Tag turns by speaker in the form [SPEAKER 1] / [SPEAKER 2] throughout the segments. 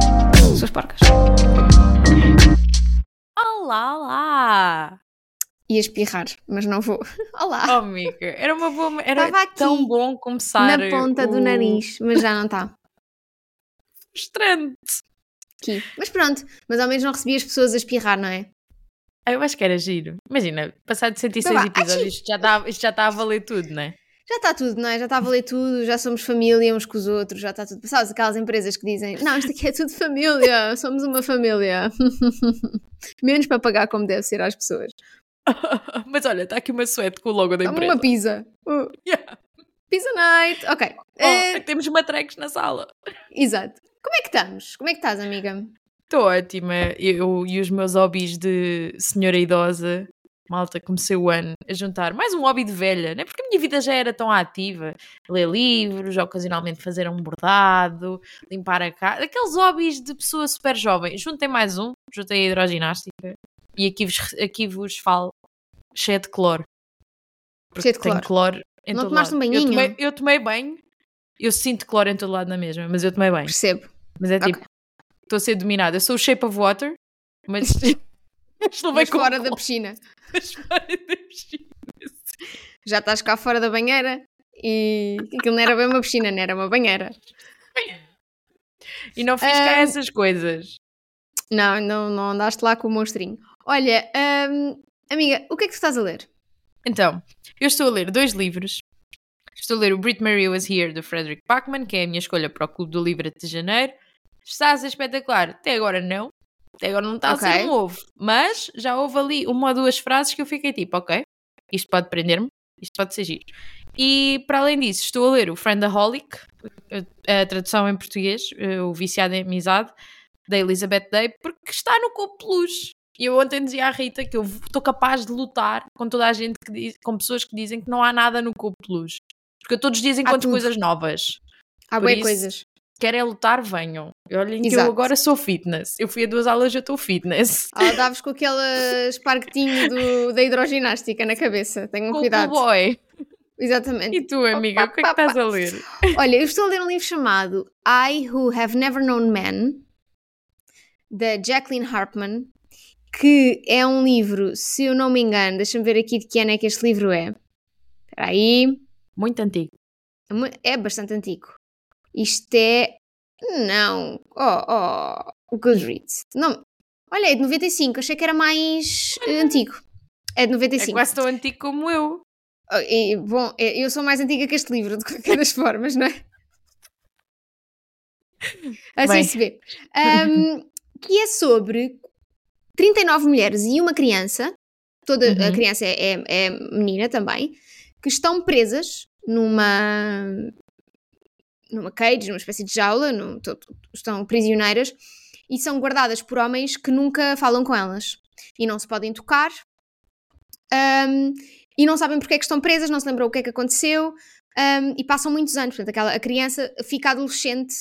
[SPEAKER 1] ia espirrar, mas não vou. Olá!
[SPEAKER 2] Oh, amiga, era uma boa. Era
[SPEAKER 1] Estava aqui,
[SPEAKER 2] tão bom começar.
[SPEAKER 1] na ponta do
[SPEAKER 2] o-
[SPEAKER 1] nariz, mas já não tá está.
[SPEAKER 2] Frustrante.
[SPEAKER 1] Aqui. Mas pronto, mas ao menos não recebi as pessoas a espirrar, não é?
[SPEAKER 2] Ah, Eu acho que era giro. Imagina, passado 106
[SPEAKER 1] Vai lá,
[SPEAKER 2] episódios, isto já está já tá a valer tudo, não é?
[SPEAKER 1] Já está tudo, não é? Já está a valer tudo, já somos família uns com os outros, já está tudo. Sabes aquelas empresas que dizem: Não, isto aqui é tudo família, somos uma família. Menos para pagar como deve ser às pessoas.
[SPEAKER 2] Mas olha, está aqui Tá uma suéte com o logo da
[SPEAKER 1] Toma
[SPEAKER 2] empresa.
[SPEAKER 1] uma pizza. Uh,
[SPEAKER 2] Yeah.
[SPEAKER 1] pizza night. Ok.
[SPEAKER 2] Oh,
[SPEAKER 1] Eh,
[SPEAKER 2] Temos matreques na sala.
[SPEAKER 1] exato. Como é que estamos? Como é que estás, amiga?
[SPEAKER 2] Estou ótima. Eu e os meus hobbies de senhora idosa. Malta, comecei o ano a juntar mais um hobby de velha, não é? Porque a minha vida já era tão ativa. Ler livros, ocasionalmente fazer um bordado, limpar a casa. Aqueles hobbies de pessoa super jovem. Juntei mais um, juntei a hidroginástica. E aqui vos, aqui vos falo, cheia de cloro.
[SPEAKER 1] Cheia de
[SPEAKER 2] tem
[SPEAKER 1] cloro.
[SPEAKER 2] em
[SPEAKER 1] Não
[SPEAKER 2] todo
[SPEAKER 1] tomaste
[SPEAKER 2] lado.
[SPEAKER 1] um
[SPEAKER 2] Eu
[SPEAKER 1] banhinho?
[SPEAKER 2] tomei, eu tomei banho. Eu sinto cloro em todo lado na mesma, mas eu tomei banho.
[SPEAKER 1] Percebo.
[SPEAKER 2] Mas é
[SPEAKER 1] Ok.
[SPEAKER 2] tipo, estou a ser dominada. Eu sou o shape of water, mas, mas levei
[SPEAKER 1] Mas
[SPEAKER 2] com
[SPEAKER 1] fora da piscina.
[SPEAKER 2] mas fora da piscina.
[SPEAKER 1] Já estás cá fora da banheira e aquilo não era bem uma piscina, não era uma banheira.
[SPEAKER 2] E não fiz cá
[SPEAKER 1] Ah.
[SPEAKER 2] essas coisas.
[SPEAKER 1] Não, não, não andaste lá com o monstrinho. Olha, hum, amiga, o que é que tu estás a ler?
[SPEAKER 2] Então, eu estou a ler dois livros. Estou a ler o Brit Marie Was Here, do Frederick Bachman, que é a minha escolha para o Clube do Livro de Janeiro. Está a ser espetacular. Até agora não. Até agora não está a
[SPEAKER 1] Ok.
[SPEAKER 2] ser um ovo. Mas já houve ali uma ou duas frases que eu fiquei tipo, ok, isto pode prender-me, isto pode ser giro. E para além disso, estou a ler o Friendaholic, a tradução em português, eh, o Viciado em Amizade, da Elizabeth Day, porque está no Clube Plus. E eu ontem dizia à Rita que eu estou capaz de lutar com toda a gente, que diz, com pessoas que dizem que não há nada no Clube Plus. Porque todos dizem
[SPEAKER 1] Há
[SPEAKER 2] quantas
[SPEAKER 1] tudo.
[SPEAKER 2] coisas novas.
[SPEAKER 1] Há
[SPEAKER 2] Por
[SPEAKER 1] boas
[SPEAKER 2] isso-
[SPEAKER 1] coisas.
[SPEAKER 2] Querem lutar, venham. Olhem que eu
[SPEAKER 1] Exato.
[SPEAKER 2] agora sou fitness. Eu fui a duas aulas, eu estou fitness.
[SPEAKER 1] Ah, davas com aquele esparguetinho do- da hidroginástica na cabeça. Tenham
[SPEAKER 2] Com o
[SPEAKER 1] cuidado.
[SPEAKER 2] boy.
[SPEAKER 1] Exatamente.
[SPEAKER 2] E tu, amiga, o que é que estás a ler?
[SPEAKER 1] Olha, eu estou a ler um livro chamado I Who Have Never Known Man, da Jacqueline Harpman, que é um livro, se eu não me engano, deixa-me ver aqui de que ano é que este livro é. Espera aí.
[SPEAKER 2] Muito antigo.
[SPEAKER 1] É mu- É bastante antigo. Isto é. Não. Oh, oh. Goodreads. Não. Olha, é de 95. Achei que era mais eh, antigo. É de
[SPEAKER 2] Uhum. É
[SPEAKER 1] 95.
[SPEAKER 2] quase tão antigo como eu.
[SPEAKER 1] Oh, e, bom, é- eu sou mais antiga que este livro, de qualquer das formas, não é? Assim
[SPEAKER 2] Bem.
[SPEAKER 1] se vê. Ahm, que é sobre 39 mulheres e uma criança, toda a
[SPEAKER 2] Uhum.
[SPEAKER 1] criança é, é- é menina também, que estão presas numa numa cage, numa espécie de jaula, num- to- to- estão prisioneiras e são guardadas por homens que nunca falam com elas e não se podem tocar ahm, e não sabem porque é que estão presas, não se lembram o que é que aconteceu ahm, e passam muitos anos. Portanto, aquela, a criança fica adolescente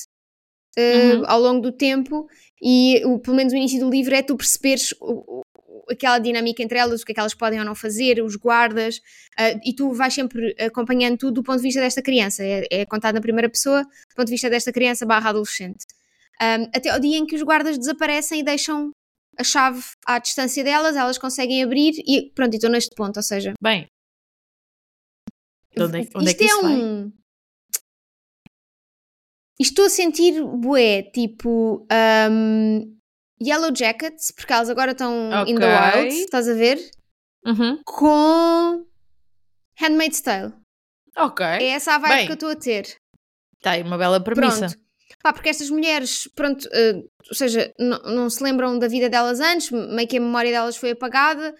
[SPEAKER 1] ah,
[SPEAKER 2] Uhum.
[SPEAKER 1] ao longo do tempo e o, pelo menos o início do livro é tu perceberes o- o- o- aquela dinâmica entre elas, o que é que elas podem ou não fazer, os guardas ah, e tu vais sempre acompanhando tudo do ponto de vista desta criança. É, é contado na primeira pessoa, do ponto de vista desta criança barra adolescente. Ahm, até ao dia em que os guardas desaparecem e deixam a chave à distância delas, elas conseguem abrir e pronto, e estou neste ponto, ou seja,
[SPEAKER 2] Bem. De Onde é, que- onde é
[SPEAKER 1] isto
[SPEAKER 2] que isso vai?
[SPEAKER 1] um. Isto Estou a sentir bué, tipo ahm, Yellow Jackets, porque elas agora estão in the
[SPEAKER 2] Ok.
[SPEAKER 1] wild, estás a ver? um
[SPEAKER 2] Uhum.
[SPEAKER 1] Com Handmaid's Tale.
[SPEAKER 2] Ok.
[SPEAKER 1] É essa a vibe
[SPEAKER 2] Bem.
[SPEAKER 1] que eu estou a ter.
[SPEAKER 2] Está aí uma bela premissa.
[SPEAKER 1] Pronto. Pá, porque estas mulheres, pronto, eh, ou seja, n- não se lembram da vida delas antes, meio que a memória delas foi apagada.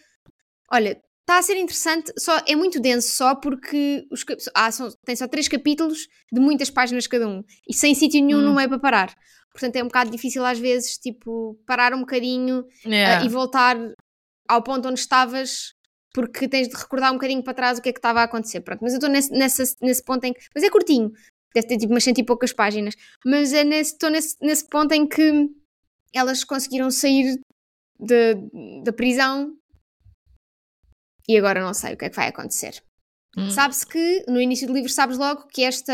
[SPEAKER 1] Olha, está a ser interessante, só é muito denso só porque os, cap- ah, são- tem só três capítulos de muitas páginas cada um e sem sítio nenhum
[SPEAKER 2] Hum.
[SPEAKER 1] não é para parar. Portanto, é um bocado difícil às vezes, tipo, parar um bocadinho
[SPEAKER 2] Yeah.
[SPEAKER 1] eh, e voltar ao ponto onde estavas porque tens de recordar um bocadinho para trás o que é que estava a acontecer. Pronto, mas eu estou nesse, nessa- nesse ponto em que. Mas é curtinho, deve ter tipo umas cento e poucas páginas. Mas estou nesse, estou nesse, nesse ponto em que elas conseguiram sair de- da prisão e agora não sei o que é que vai acontecer.
[SPEAKER 2] Hum.
[SPEAKER 1] Sabe-se que no início do livro sabes logo que esta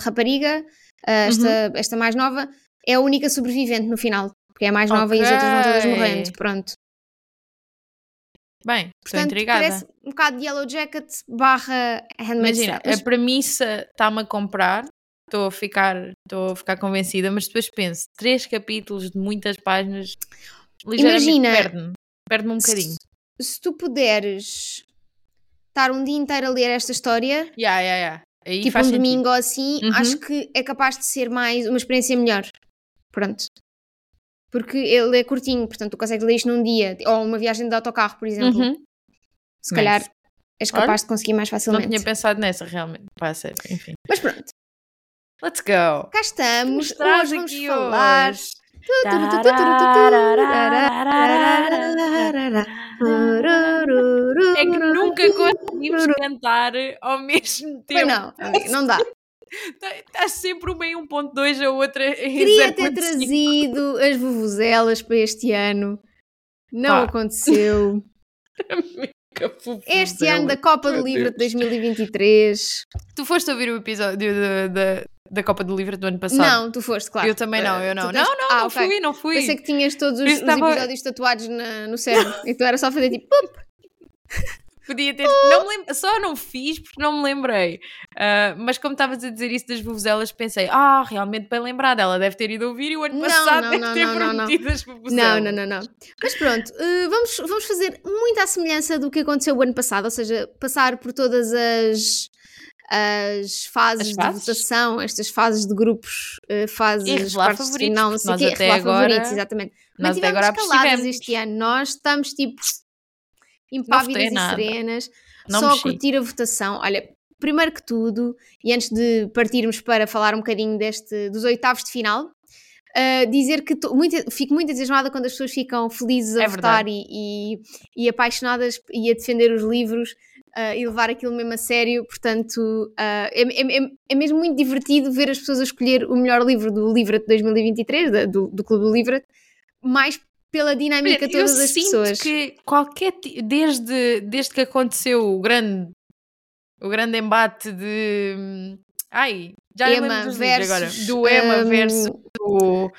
[SPEAKER 1] rapariga, eh, esta, esta mais nova, é a única sobrevivente no final, porque é a mais nova e as outras vão todas
[SPEAKER 2] Ok.
[SPEAKER 1] morrendo. Pronto.
[SPEAKER 2] Bem, estou
[SPEAKER 1] Portanto,
[SPEAKER 2] intrigada.
[SPEAKER 1] parece um bocado de Yellow Jacket barra Handmaid's
[SPEAKER 2] Imagina,
[SPEAKER 1] Tale. Mas
[SPEAKER 2] a premissa está-me a comprar, estou a ficar, estou a ficar convencida, mas depois penso, três capítulos de muitas páginas, ligeiramente
[SPEAKER 1] Imagina-
[SPEAKER 2] perde-me, perde-me um bocadinho.
[SPEAKER 1] Se tu puderes estar um dia inteiro a ler esta história,
[SPEAKER 2] Yeah, yeah, yeah. Aí
[SPEAKER 1] tipo um
[SPEAKER 2] faz sentido.
[SPEAKER 1] domingo ou assim,
[SPEAKER 2] Uhum.
[SPEAKER 1] acho que é capaz de ser mais uma experiência melhor. Pronto. Porque ele é curtinho, portanto tu consegues ler isto num dia, ou uma viagem de autocarro, por exemplo.
[SPEAKER 2] Uhum.
[SPEAKER 1] Se calhar
[SPEAKER 2] Nice.
[SPEAKER 1] és
[SPEAKER 2] Olha,
[SPEAKER 1] capaz de conseguir mais
[SPEAKER 2] Não
[SPEAKER 1] facilmente.
[SPEAKER 2] tinha pensado nessa realmente. Pá, sério, enfim.
[SPEAKER 1] Mas pronto,
[SPEAKER 2] Let's go!
[SPEAKER 1] cá estamos. Hoje
[SPEAKER 2] Mostrar
[SPEAKER 1] vamos
[SPEAKER 2] aqui
[SPEAKER 1] falar.
[SPEAKER 2] hoje. É que nunca conseguimos cantar ao mesmo
[SPEAKER 1] Pois
[SPEAKER 2] tempo.
[SPEAKER 1] não, amiga, não dá.
[SPEAKER 2] Tá- Está sempre uma em 1.2, a outra é em
[SPEAKER 1] Queria ter
[SPEAKER 2] 0.5.
[SPEAKER 1] trazido as vovozelas para este ano. Não
[SPEAKER 2] Pá.
[SPEAKER 1] aconteceu. Este ano da Copa do
[SPEAKER 2] Meu
[SPEAKER 1] Livro de
[SPEAKER 2] Deus.
[SPEAKER 1] 2023.
[SPEAKER 2] Tu foste ouvir o episódio da- da- da Copa do Livro do ano passado?
[SPEAKER 1] Não, tu foste, claro.
[SPEAKER 2] Eu também não, eu
[SPEAKER 1] Tu
[SPEAKER 2] não.
[SPEAKER 1] tens-
[SPEAKER 2] Não, não,
[SPEAKER 1] Ah,
[SPEAKER 2] não
[SPEAKER 1] ok.
[SPEAKER 2] fui, não fui.
[SPEAKER 1] Pensei que tinhas todos os,
[SPEAKER 2] Isso
[SPEAKER 1] os
[SPEAKER 2] tava-
[SPEAKER 1] episódios tatuados na- no cérebro. então era só fazer tipo.
[SPEAKER 2] Podia ter.
[SPEAKER 1] Ah!
[SPEAKER 2] Não me lembro, só não fiz porque não me lembrei. Ah, mas como estavas a dizer isso das vovozelas, pensei: ah, realmente bem lembrada, ela deve ter ido ouvir e o ano
[SPEAKER 1] Não,
[SPEAKER 2] passado
[SPEAKER 1] não,
[SPEAKER 2] deve
[SPEAKER 1] não,
[SPEAKER 2] ter
[SPEAKER 1] não, não, não.
[SPEAKER 2] prometido as
[SPEAKER 1] Não,
[SPEAKER 2] vovozelas.
[SPEAKER 1] não, não, não. Mas pronto, eh, vamos, vamos fazer muito à semelhança do que aconteceu o ano passado, ou seja, passar por todas as, as, fases,
[SPEAKER 2] As fases?
[SPEAKER 1] de votação, estas fases de grupos, eh, fases
[SPEAKER 2] E revelar
[SPEAKER 1] quartos de
[SPEAKER 2] favoritos,
[SPEAKER 1] final, não
[SPEAKER 2] porque
[SPEAKER 1] sei o
[SPEAKER 2] nós
[SPEAKER 1] quê,
[SPEAKER 2] até
[SPEAKER 1] revelar
[SPEAKER 2] agora-
[SPEAKER 1] favoritos, exatamente.
[SPEAKER 2] Nós
[SPEAKER 1] Mas
[SPEAKER 2] até
[SPEAKER 1] tivemos
[SPEAKER 2] agora
[SPEAKER 1] caladas
[SPEAKER 2] percebemos.
[SPEAKER 1] este ano, nós estamos tipo
[SPEAKER 2] Não votei
[SPEAKER 1] impávidas e
[SPEAKER 2] nada.
[SPEAKER 1] serenas,
[SPEAKER 2] Não
[SPEAKER 1] só a
[SPEAKER 2] mexi.
[SPEAKER 1] curtir a votação. Olha, primeiro que tudo, e antes de partirmos para falar um bocadinho deste, dos oitavos de final, uh, dizer que to- muito- fico muito entusiasmada quando as pessoas ficam felizes a
[SPEAKER 2] É
[SPEAKER 1] votar e, e- e apaixonadas e a defender os livros uh, e levar aquilo mesmo a sério. Portanto, uh, é, é- é- é mesmo muito divertido ver as pessoas a escolher o melhor livro do Livret 2023, da- do, do Clube do Livret, mais pela
[SPEAKER 2] Olha,
[SPEAKER 1] dinâmica
[SPEAKER 2] eu
[SPEAKER 1] todas as
[SPEAKER 2] sinto
[SPEAKER 1] pessoas.
[SPEAKER 2] que qualquer ti- desde, desde que aconteceu o grande, o grande embate de. hum, Ai, já me
[SPEAKER 1] Emma
[SPEAKER 2] lembro dos livros agora.
[SPEAKER 1] versus,
[SPEAKER 2] Do Emma
[SPEAKER 1] hum,
[SPEAKER 2] versus o.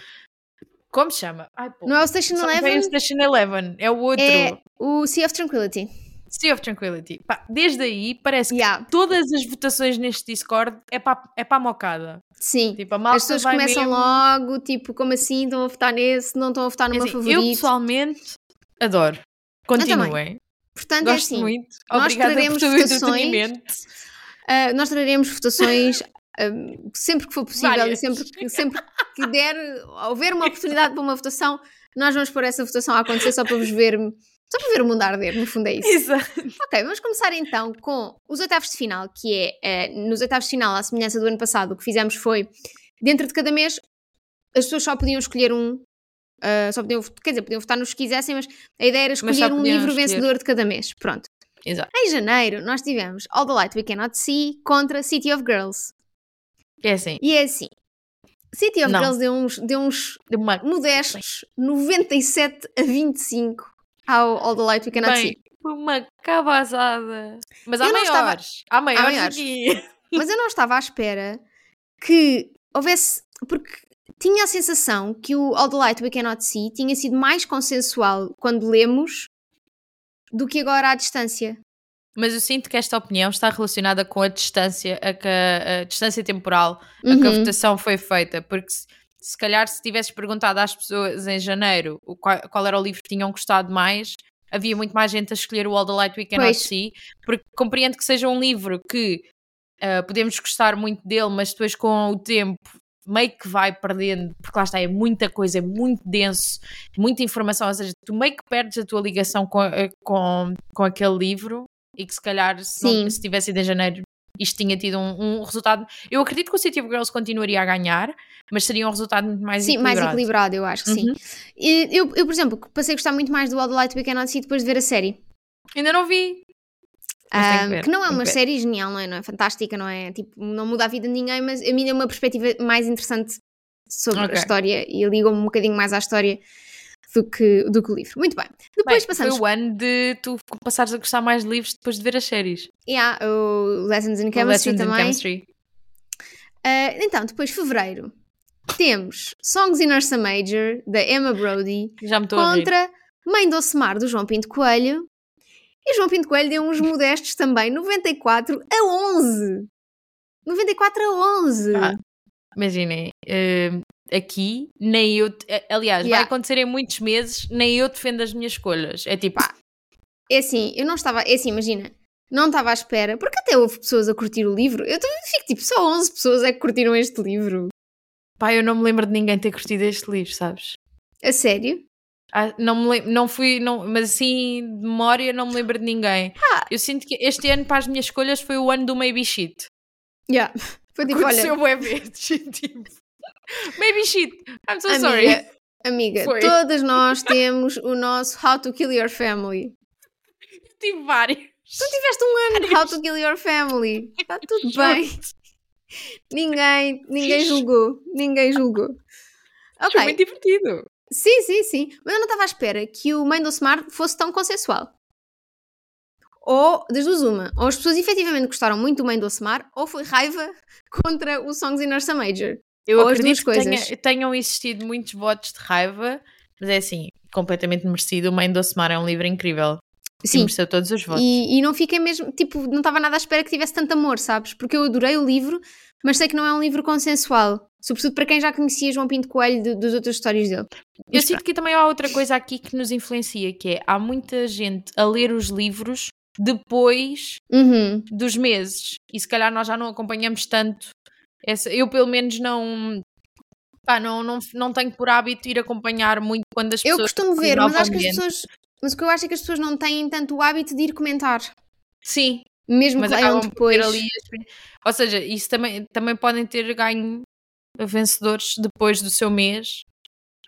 [SPEAKER 2] Como se chama? Ai, pô.
[SPEAKER 1] Não é o Station
[SPEAKER 2] Só- é o
[SPEAKER 1] Eleven?
[SPEAKER 2] Station Eleven, é o outro.
[SPEAKER 1] É o Sea of Tranquility.
[SPEAKER 2] Sea of Tranquility. Pá, desde aí parece
[SPEAKER 1] Yeah,
[SPEAKER 2] que todas as votações neste Discord é para é a mocada.
[SPEAKER 1] sim.
[SPEAKER 2] Tipo, a
[SPEAKER 1] As
[SPEAKER 2] malta
[SPEAKER 1] pessoas
[SPEAKER 2] vai
[SPEAKER 1] começam
[SPEAKER 2] mesmo-
[SPEAKER 1] logo, tipo, como assim? Estão a votar nesse, não estão a votar no
[SPEAKER 2] É
[SPEAKER 1] meu
[SPEAKER 2] assim,
[SPEAKER 1] favorito.
[SPEAKER 2] Eu pessoalmente adoro.
[SPEAKER 1] também.
[SPEAKER 2] Continuem.
[SPEAKER 1] Portanto, é
[SPEAKER 2] Gosto
[SPEAKER 1] assim,
[SPEAKER 2] muito.
[SPEAKER 1] nós
[SPEAKER 2] Obrigada por
[SPEAKER 1] traremos
[SPEAKER 2] todo o
[SPEAKER 1] votações
[SPEAKER 2] entretenimento.
[SPEAKER 1] ah, nós traremos votações ah, sempre que for possível
[SPEAKER 2] Várias.
[SPEAKER 1] e sempre que, sempre que der, houver uma oportunidade para uma votação, nós vamos pôr essa votação a acontecer só para vos ver, só para ver o mundo arder, no fundo é isso.
[SPEAKER 2] Exato.
[SPEAKER 1] Ok, vamos começar então com os oitavos de final, que é, eh, nos oitavos de final, à semelhança do ano passado, o que fizemos foi, dentro de cada mês, as pessoas só podiam escolher um, eh, só podiam, quer dizer, podiam votar nos que quisessem, mas a ideia era
[SPEAKER 2] Mas só
[SPEAKER 1] escolher um
[SPEAKER 2] podiam
[SPEAKER 1] livro
[SPEAKER 2] escolher.
[SPEAKER 1] vencedor de cada mês, pronto.
[SPEAKER 2] Exato.
[SPEAKER 1] Em janeiro, nós tivemos All the Light We Cannot See contra City of Girls,
[SPEAKER 2] É assim,
[SPEAKER 1] e é assim, City of
[SPEAKER 2] Não.
[SPEAKER 1] Girls deu uns, deu uns
[SPEAKER 2] de uma-
[SPEAKER 1] modestos 97 a 25 ao All the Light We Cannot See.
[SPEAKER 2] bem, uma cavazada. Mas há
[SPEAKER 1] assim. Eu não
[SPEAKER 2] maiores.
[SPEAKER 1] estava-
[SPEAKER 2] Há maiores,
[SPEAKER 1] maiores.
[SPEAKER 2] aqui.
[SPEAKER 1] mas eu não estava à espera que houvesse. Porque tinha a sensação que o All the Light We Cannot See tinha sido mais consensual quando lemos do que agora à distância.
[SPEAKER 2] Mas eu sinto que esta opinião está relacionada com a distância, a, que- a distância temporal a que a
[SPEAKER 1] Uhum.
[SPEAKER 2] votação É foi feita, porque se, se calhar se tivesses perguntado às pessoas em janeiro o qua- qual, era o livro que tinham gostado mais, havia muito mais gente a escolher o All the Light We Cannot
[SPEAKER 1] Pois.
[SPEAKER 2] See, porque compreendo que seja um livro que ah, podemos gostar muito dele, mas depois com o tempo meio que vai perdendo, porque lá está, é muita coisa, é muito denso, muita informação, ou seja, tu meio que perdes a tua ligação com, a- com, com aquele livro e que se calhar se, não-
[SPEAKER 1] Sim.
[SPEAKER 2] se tivesse ido em janeiro isto tinha tido um, um resultado. Eu acredito que o City of Girls continuaria a ganhar, mas seria um resultado muito mais
[SPEAKER 1] Sim, mais
[SPEAKER 2] equilibrado. Uhum.
[SPEAKER 1] equilibrado, eu acho, que sim. E Eu, eu, por exemplo, passei a gostar muito mais do All the Light We Cannot See depois de ver a série.
[SPEAKER 2] Ainda não vi. Mas tenho que
[SPEAKER 1] Ah,
[SPEAKER 2] ver,
[SPEAKER 1] que não é
[SPEAKER 2] tenho
[SPEAKER 1] uma
[SPEAKER 2] que ver.
[SPEAKER 1] série genial, não é? Não é fantástica, não é? Tipo, não muda a vida de ninguém, mas a mim deu uma perspectiva mais interessante sobre
[SPEAKER 2] Ok.
[SPEAKER 1] a história e ligou-me um bocadinho mais à história do que, do que o livro. Muito bem. Depois
[SPEAKER 2] Bem,
[SPEAKER 1] passamos
[SPEAKER 2] Foi o ano de tu passares a gostar mais de livros depois de ver as séries.
[SPEAKER 1] Yeah, o Lessons in
[SPEAKER 2] O
[SPEAKER 1] Chemistry
[SPEAKER 2] Lessons in
[SPEAKER 1] também.
[SPEAKER 2] Chemistry.
[SPEAKER 1] Ah, então, depois, fevereiro, temos Songs in Ursa Major, da Emma Brody,
[SPEAKER 2] Já me estou a rir.
[SPEAKER 1] contra Mãe Doce Mar, do João Pinto Coelho, E João Pinto Coelho deu uns modestos também, 94 a 11. 94 a 11.
[SPEAKER 2] Ah, Imaginem, eh, aqui, nem eu. te- eh, Aliás, vai
[SPEAKER 1] Yeah.
[SPEAKER 2] acontecer em muitos meses, nem eu defendo as minhas escolhas. É tipo, ah,
[SPEAKER 1] É assim, eu não estava. É assim, imagina. Não estava à espera, porque até houve pessoas a curtir o livro. Eu também fico tipo, só 11 pessoas é que curtiram este livro.
[SPEAKER 2] pá, eu não me lembro de ninguém ter curtido este livro, sabes?
[SPEAKER 1] A sério?
[SPEAKER 2] Ah, não me lembro, não fui, não, mas assim, de memória, não me lembro de ninguém. Eu sinto que este ano para as minhas escolhas foi o ano do maybe shit.
[SPEAKER 1] Yeah. Foi tipo,
[SPEAKER 2] Aconteceu
[SPEAKER 1] olha,
[SPEAKER 2] bué vezes, tipo, maybe shit, I'm so sorry.
[SPEAKER 1] amiga, amiga
[SPEAKER 2] Foi.
[SPEAKER 1] todas nós temos o nosso How to Kill Your Family.
[SPEAKER 2] Tive vários.
[SPEAKER 1] Tiveste um ano de How to Kill Your Family. Está tudo bem. Ninguém, ninguém julgou. Ninguém julgou.
[SPEAKER 2] Foi
[SPEAKER 1] Ok.
[SPEAKER 2] muito divertido.
[SPEAKER 1] Sim, sim, sim. Mas eu não estava à espera que o Mendelsmar fosse tão consensual. Ou, das duas, uma. Ou as pessoas efetivamente gostaram muito do Mendelsmar, ou foi raiva contra o Songs in Ursa Major.
[SPEAKER 2] Eu
[SPEAKER 1] Ou as
[SPEAKER 2] acredito
[SPEAKER 1] duas
[SPEAKER 2] que
[SPEAKER 1] coisas.
[SPEAKER 2] tenha- tenham existido muitos votos de raiva, mas é assim, completamente merecido. O Mãe do Semar é um livro incrível. E
[SPEAKER 1] Sim.
[SPEAKER 2] mereceu todos os votos.
[SPEAKER 1] E, e não fiquei mesmo, tipo, não estava nada à espera que tivesse tanto amor, sabes? Porque eu adorei o livro, mas sei que não é um livro consensual. Sobretudo para quem já conhecia João Pinto Coelho de- das outras histórias dele.
[SPEAKER 2] Eu sinto que também há outra coisa aqui que nos influencia, que é há muita gente a ler os livros depois
[SPEAKER 1] Uhum.
[SPEAKER 2] dos meses e se calhar nós já não acompanhamos tanto essa, eu pelo menos não pá, não, não, não tenho por hábito ir acompanhar muito quando as
[SPEAKER 1] Eu
[SPEAKER 2] pessoas
[SPEAKER 1] costumo ver,
[SPEAKER 2] não
[SPEAKER 1] mas acho que as
[SPEAKER 2] convém.
[SPEAKER 1] pessoas. Mas o que eu acho é que as pessoas não têm tanto o hábito de ir comentar.
[SPEAKER 2] sim,
[SPEAKER 1] Mesmo
[SPEAKER 2] mas
[SPEAKER 1] que leiam
[SPEAKER 2] acabam por ter
[SPEAKER 1] depois.
[SPEAKER 2] ali a experi- ou seja, isso também, também podem ter ganho vencedores depois do seu mês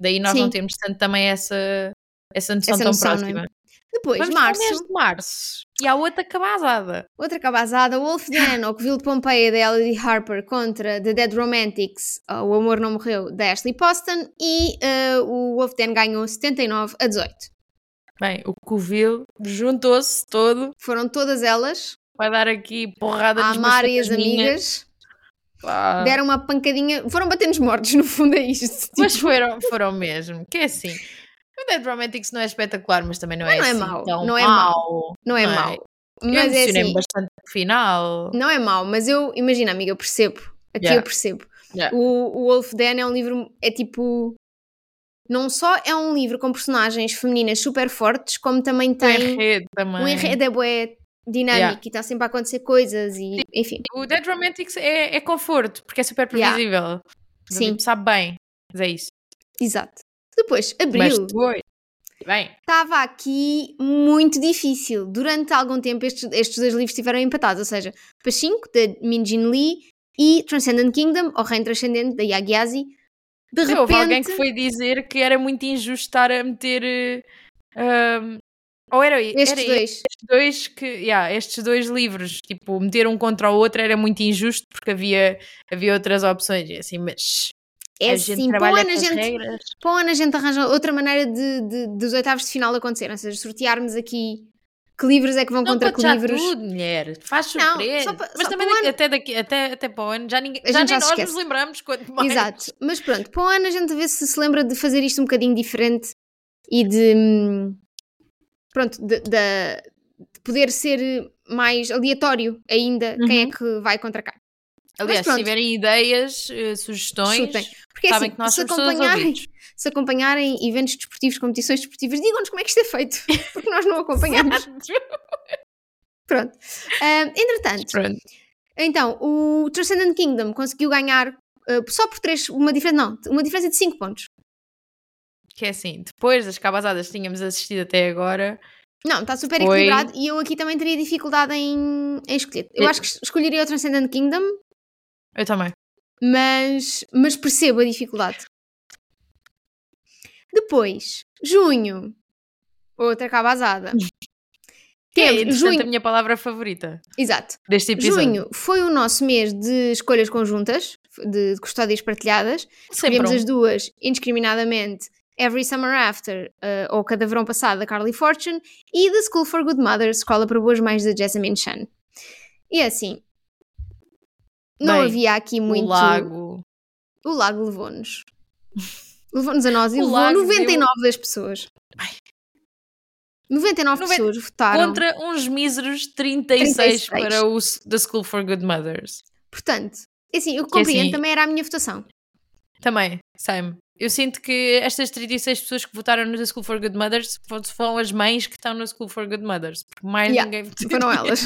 [SPEAKER 2] daí nós não
[SPEAKER 1] Sim.
[SPEAKER 2] temos tanto também essa essa noção
[SPEAKER 1] Essa
[SPEAKER 2] tão
[SPEAKER 1] noção, não é?
[SPEAKER 2] próxima
[SPEAKER 1] Depois,
[SPEAKER 2] Vamos para o
[SPEAKER 1] março,
[SPEAKER 2] mês de março e há outra cabazada
[SPEAKER 1] outra cabazada, Wolf Den, Ockville de Pompeia, da Elodie Harper, contra The Dead Romantics, ah, O Amor Não Morreu, da Ashley Poston, e ah, o Wolf Den ganhou 79 a 18.
[SPEAKER 2] bem, o Covil juntou-se todo
[SPEAKER 1] Foram todas elas,
[SPEAKER 2] vai dar aqui porrada
[SPEAKER 1] a
[SPEAKER 2] nos meus
[SPEAKER 1] Amar e as
[SPEAKER 2] fantasminhas.
[SPEAKER 1] amigas,
[SPEAKER 2] Pá.
[SPEAKER 1] deram uma pancadinha, foram bater nos mortos, no fundo é isto. tipo,
[SPEAKER 2] Mas foram, foram mesmo, que é assim. O Dead Romantics não é espetacular, mas também não é,
[SPEAKER 1] Mas não é
[SPEAKER 2] assim
[SPEAKER 1] mau,
[SPEAKER 2] tão
[SPEAKER 1] não é
[SPEAKER 2] mau.
[SPEAKER 1] não é
[SPEAKER 2] não é.
[SPEAKER 1] mau.
[SPEAKER 2] Eu
[SPEAKER 1] Mas é
[SPEAKER 2] emocionei-me
[SPEAKER 1] assim,
[SPEAKER 2] bastante no final.
[SPEAKER 1] não é mau, mas eu, imagina amiga, eu percebo, aqui
[SPEAKER 2] Yeah.
[SPEAKER 1] eu percebo.
[SPEAKER 2] Yeah.
[SPEAKER 1] O, o Wolf Den é um livro, é tipo... Não só é um livro com personagens femininas super fortes, como também
[SPEAKER 2] O
[SPEAKER 1] tem
[SPEAKER 2] Um enredo também.
[SPEAKER 1] um enredo é bué dinâmico
[SPEAKER 2] Yeah.
[SPEAKER 1] e está sempre a acontecer coisas e enfim.
[SPEAKER 2] O Dead Romantics é, é conforto, porque é super
[SPEAKER 1] Yeah.
[SPEAKER 2] previsível. Do
[SPEAKER 1] Sim.
[SPEAKER 2] tipo, sabe bem, mas é isso.
[SPEAKER 1] Exato. Depois,
[SPEAKER 2] Mas
[SPEAKER 1] abril.
[SPEAKER 2] depois- Bem,
[SPEAKER 1] Estava aqui muito difícil. Durante algum tempo estes, estes dois livros estiveram empatados, ou seja, Pachinko, da Min Jin Lee, e Transcendent Kingdom, ou Reino Transcendente, da Yagyasi. De
[SPEAKER 2] mas houve alguém
[SPEAKER 1] repente,
[SPEAKER 2] que foi dizer que era muito injusto estar a meter. eh, ahm, ou era, era
[SPEAKER 1] estes dois.
[SPEAKER 2] estes dois que, yeah, estes dois livros, tipo, meter um contra o outro era muito injusto porque havia, havia outras opções, e assim, mas
[SPEAKER 1] É
[SPEAKER 2] a gente
[SPEAKER 1] assim, para o
[SPEAKER 2] trabalha
[SPEAKER 1] ano
[SPEAKER 2] com
[SPEAKER 1] a
[SPEAKER 2] as
[SPEAKER 1] gente,
[SPEAKER 2] regras.
[SPEAKER 1] para o ano a gente arranja outra maneira de, de- dos oitavos de final acontecer, ou seja, sortearmos aqui que livros é que vão
[SPEAKER 2] Não
[SPEAKER 1] contra
[SPEAKER 2] conte
[SPEAKER 1] que
[SPEAKER 2] já
[SPEAKER 1] livros.
[SPEAKER 2] tudo, mulher. Faz
[SPEAKER 1] Não,
[SPEAKER 2] surpresa.
[SPEAKER 1] só pa-
[SPEAKER 2] mas
[SPEAKER 1] só
[SPEAKER 2] também
[SPEAKER 1] para o
[SPEAKER 2] daqui- até, daqui, até, até para o ano já, ninguém,
[SPEAKER 1] A
[SPEAKER 2] já
[SPEAKER 1] gente
[SPEAKER 2] nem
[SPEAKER 1] já se
[SPEAKER 2] nós nos
[SPEAKER 1] esquece.
[SPEAKER 2] lembramos quanto mais.
[SPEAKER 1] Exato, mas pronto, para o ano a gente vê se se lembra de fazer isto um bocadinho diferente e de. hum, Pronto, de, da- de poder ser mais aleatório ainda quem
[SPEAKER 2] Uhum.
[SPEAKER 1] é que vai contra cá.
[SPEAKER 2] Aliás, se
[SPEAKER 1] pronto.
[SPEAKER 2] tiverem ideias, eh, sugestões,
[SPEAKER 1] Chutem. Porque é
[SPEAKER 2] sabem
[SPEAKER 1] assim,
[SPEAKER 2] que nós
[SPEAKER 1] se
[SPEAKER 2] somos todas
[SPEAKER 1] acompanharem,
[SPEAKER 2] ouvidos.
[SPEAKER 1] se acompanharem eventos desportivos, competições desportivas, digam-nos como é que isto é feito, porque nós não acompanhamos. Pronto. Hum, entretanto,
[SPEAKER 2] Pronto.
[SPEAKER 1] então, o Transcendent Kingdom conseguiu ganhar eh, só por três, uma diferença, não, uma diferença de 5 pontos.
[SPEAKER 2] Que é assim, depois das cabazadas que tínhamos assistido até agora,
[SPEAKER 1] Não, está super
[SPEAKER 2] Foi-
[SPEAKER 1] equilibrado e eu aqui também teria dificuldade em, em escolher. Eu
[SPEAKER 2] Eu-
[SPEAKER 1] acho que es- escolheria o Transcendent Kingdom,
[SPEAKER 2] eu também.
[SPEAKER 1] mas, mas percebo a dificuldade. Depois, junho, outra cabazada.
[SPEAKER 2] Que é,
[SPEAKER 1] Temos
[SPEAKER 2] entretanto,
[SPEAKER 1] junho,
[SPEAKER 2] a minha palavra favorita
[SPEAKER 1] exato.
[SPEAKER 2] deste episódio.
[SPEAKER 1] Junho foi o nosso mês de escolhas conjuntas, de de custódias partilhadas.
[SPEAKER 2] Sempre
[SPEAKER 1] Escolhemos
[SPEAKER 2] um.
[SPEAKER 1] as duas indiscriminadamente. Every Summer After, eh, ou Cada Verão Passado, da Carly Fortune, e The School for Good Mothers, Escola para Boas Mães, da Jessamine Chan. E é assim, não
[SPEAKER 2] Bem,
[SPEAKER 1] havia aqui muito...
[SPEAKER 2] O lago.
[SPEAKER 1] O lago levou-nos. Levou-nos a nós e
[SPEAKER 2] O
[SPEAKER 1] levou
[SPEAKER 2] lago
[SPEAKER 1] 99 das pessoas. 99
[SPEAKER 2] Noventa-
[SPEAKER 1] pessoas votaram.
[SPEAKER 2] Contra uns míseros 36,
[SPEAKER 1] 36.
[SPEAKER 2] para o s- The School for Good Mothers.
[SPEAKER 1] Portanto, assim, eu
[SPEAKER 2] Que é assim-
[SPEAKER 1] compreendo, também era a minha votação.
[SPEAKER 2] Também, Sam. Eu sinto que estas 36 pessoas que votaram no The School for Good Mothers fo- foram as mães que estão no School for Good Mothers. Porque mais
[SPEAKER 1] Yeah,
[SPEAKER 2] ninguém votou.
[SPEAKER 1] Foram elas.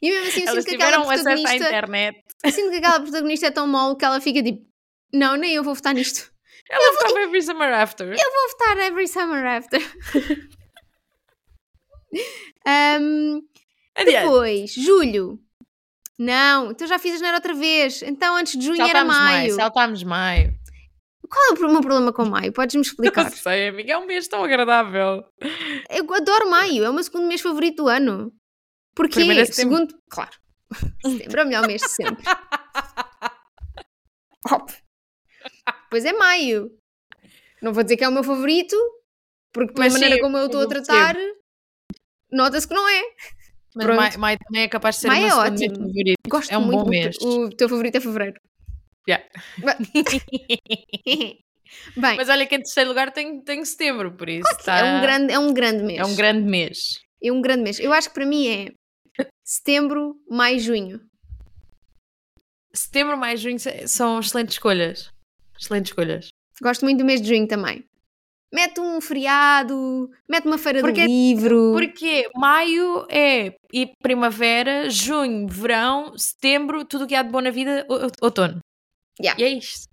[SPEAKER 1] e mesmo assim, eu
[SPEAKER 2] Elas
[SPEAKER 1] sinto que aquela
[SPEAKER 2] tiveram um acesso à
[SPEAKER 1] protagonista.
[SPEAKER 2] internet.
[SPEAKER 1] Sinto que aquela protagonista é tão mole que ela fica tipo: Não, nem eu vou votar nisto.
[SPEAKER 2] Ela votou Every Summer After.
[SPEAKER 1] Vou votar Every Summer After. Ahm,
[SPEAKER 2] Adiante.
[SPEAKER 1] depois, julho. Não, então já fiz a janeiro outra vez. Então antes de junho era
[SPEAKER 2] Saltámos maio.
[SPEAKER 1] maio.
[SPEAKER 2] Saltámos maio.
[SPEAKER 1] Qual é o meu problema com maio? Podes-me
[SPEAKER 2] Não
[SPEAKER 1] explicar?
[SPEAKER 2] sei, amiga. É um mês tão agradável.
[SPEAKER 1] Eu adoro maio, é o meu segundo mês favorito do ano. Porquê?
[SPEAKER 2] Primeiro é setembro.
[SPEAKER 1] Segundo, claro. Setembro é o melhor mês de sempre. Óbvio. Pois é maio. Não vou dizer que é o meu favorito, porque pela
[SPEAKER 2] Mas sim, é
[SPEAKER 1] maneira
[SPEAKER 2] eu-
[SPEAKER 1] como eu estou a
[SPEAKER 2] eu percebo.
[SPEAKER 1] tratar, nota-se que não é.
[SPEAKER 2] Mas
[SPEAKER 1] Pronto.
[SPEAKER 2] maio, maio também é capaz de ser
[SPEAKER 1] Maio
[SPEAKER 2] o meu
[SPEAKER 1] é
[SPEAKER 2] segundo mês
[SPEAKER 1] ótimo.
[SPEAKER 2] favorito.
[SPEAKER 1] Gosto
[SPEAKER 2] É um
[SPEAKER 1] muito
[SPEAKER 2] bom
[SPEAKER 1] porque
[SPEAKER 2] mês.
[SPEAKER 1] O teu favorito é fevereiro.
[SPEAKER 2] Yeah.
[SPEAKER 1] Bem,
[SPEAKER 2] Mas olha que em terceiro lugar tem, tem setembro, por isso. tá-
[SPEAKER 1] é, um grande, é um grande mês.
[SPEAKER 2] é um grande mês.
[SPEAKER 1] É um grande mês. Eu acho que para mim é setembro mais junho.
[SPEAKER 2] Setembro mais junho se- são excelentes escolhas. Excelentes escolhas.
[SPEAKER 1] Gosto muito do mês de junho também. Mete um feriado, mete uma feira
[SPEAKER 2] Porque-
[SPEAKER 1] do livro.
[SPEAKER 2] Porque maio é e primavera, junho, verão, setembro, tudo o que há de bom na vida, o- o- outono.
[SPEAKER 1] Yeah.
[SPEAKER 2] E é isto.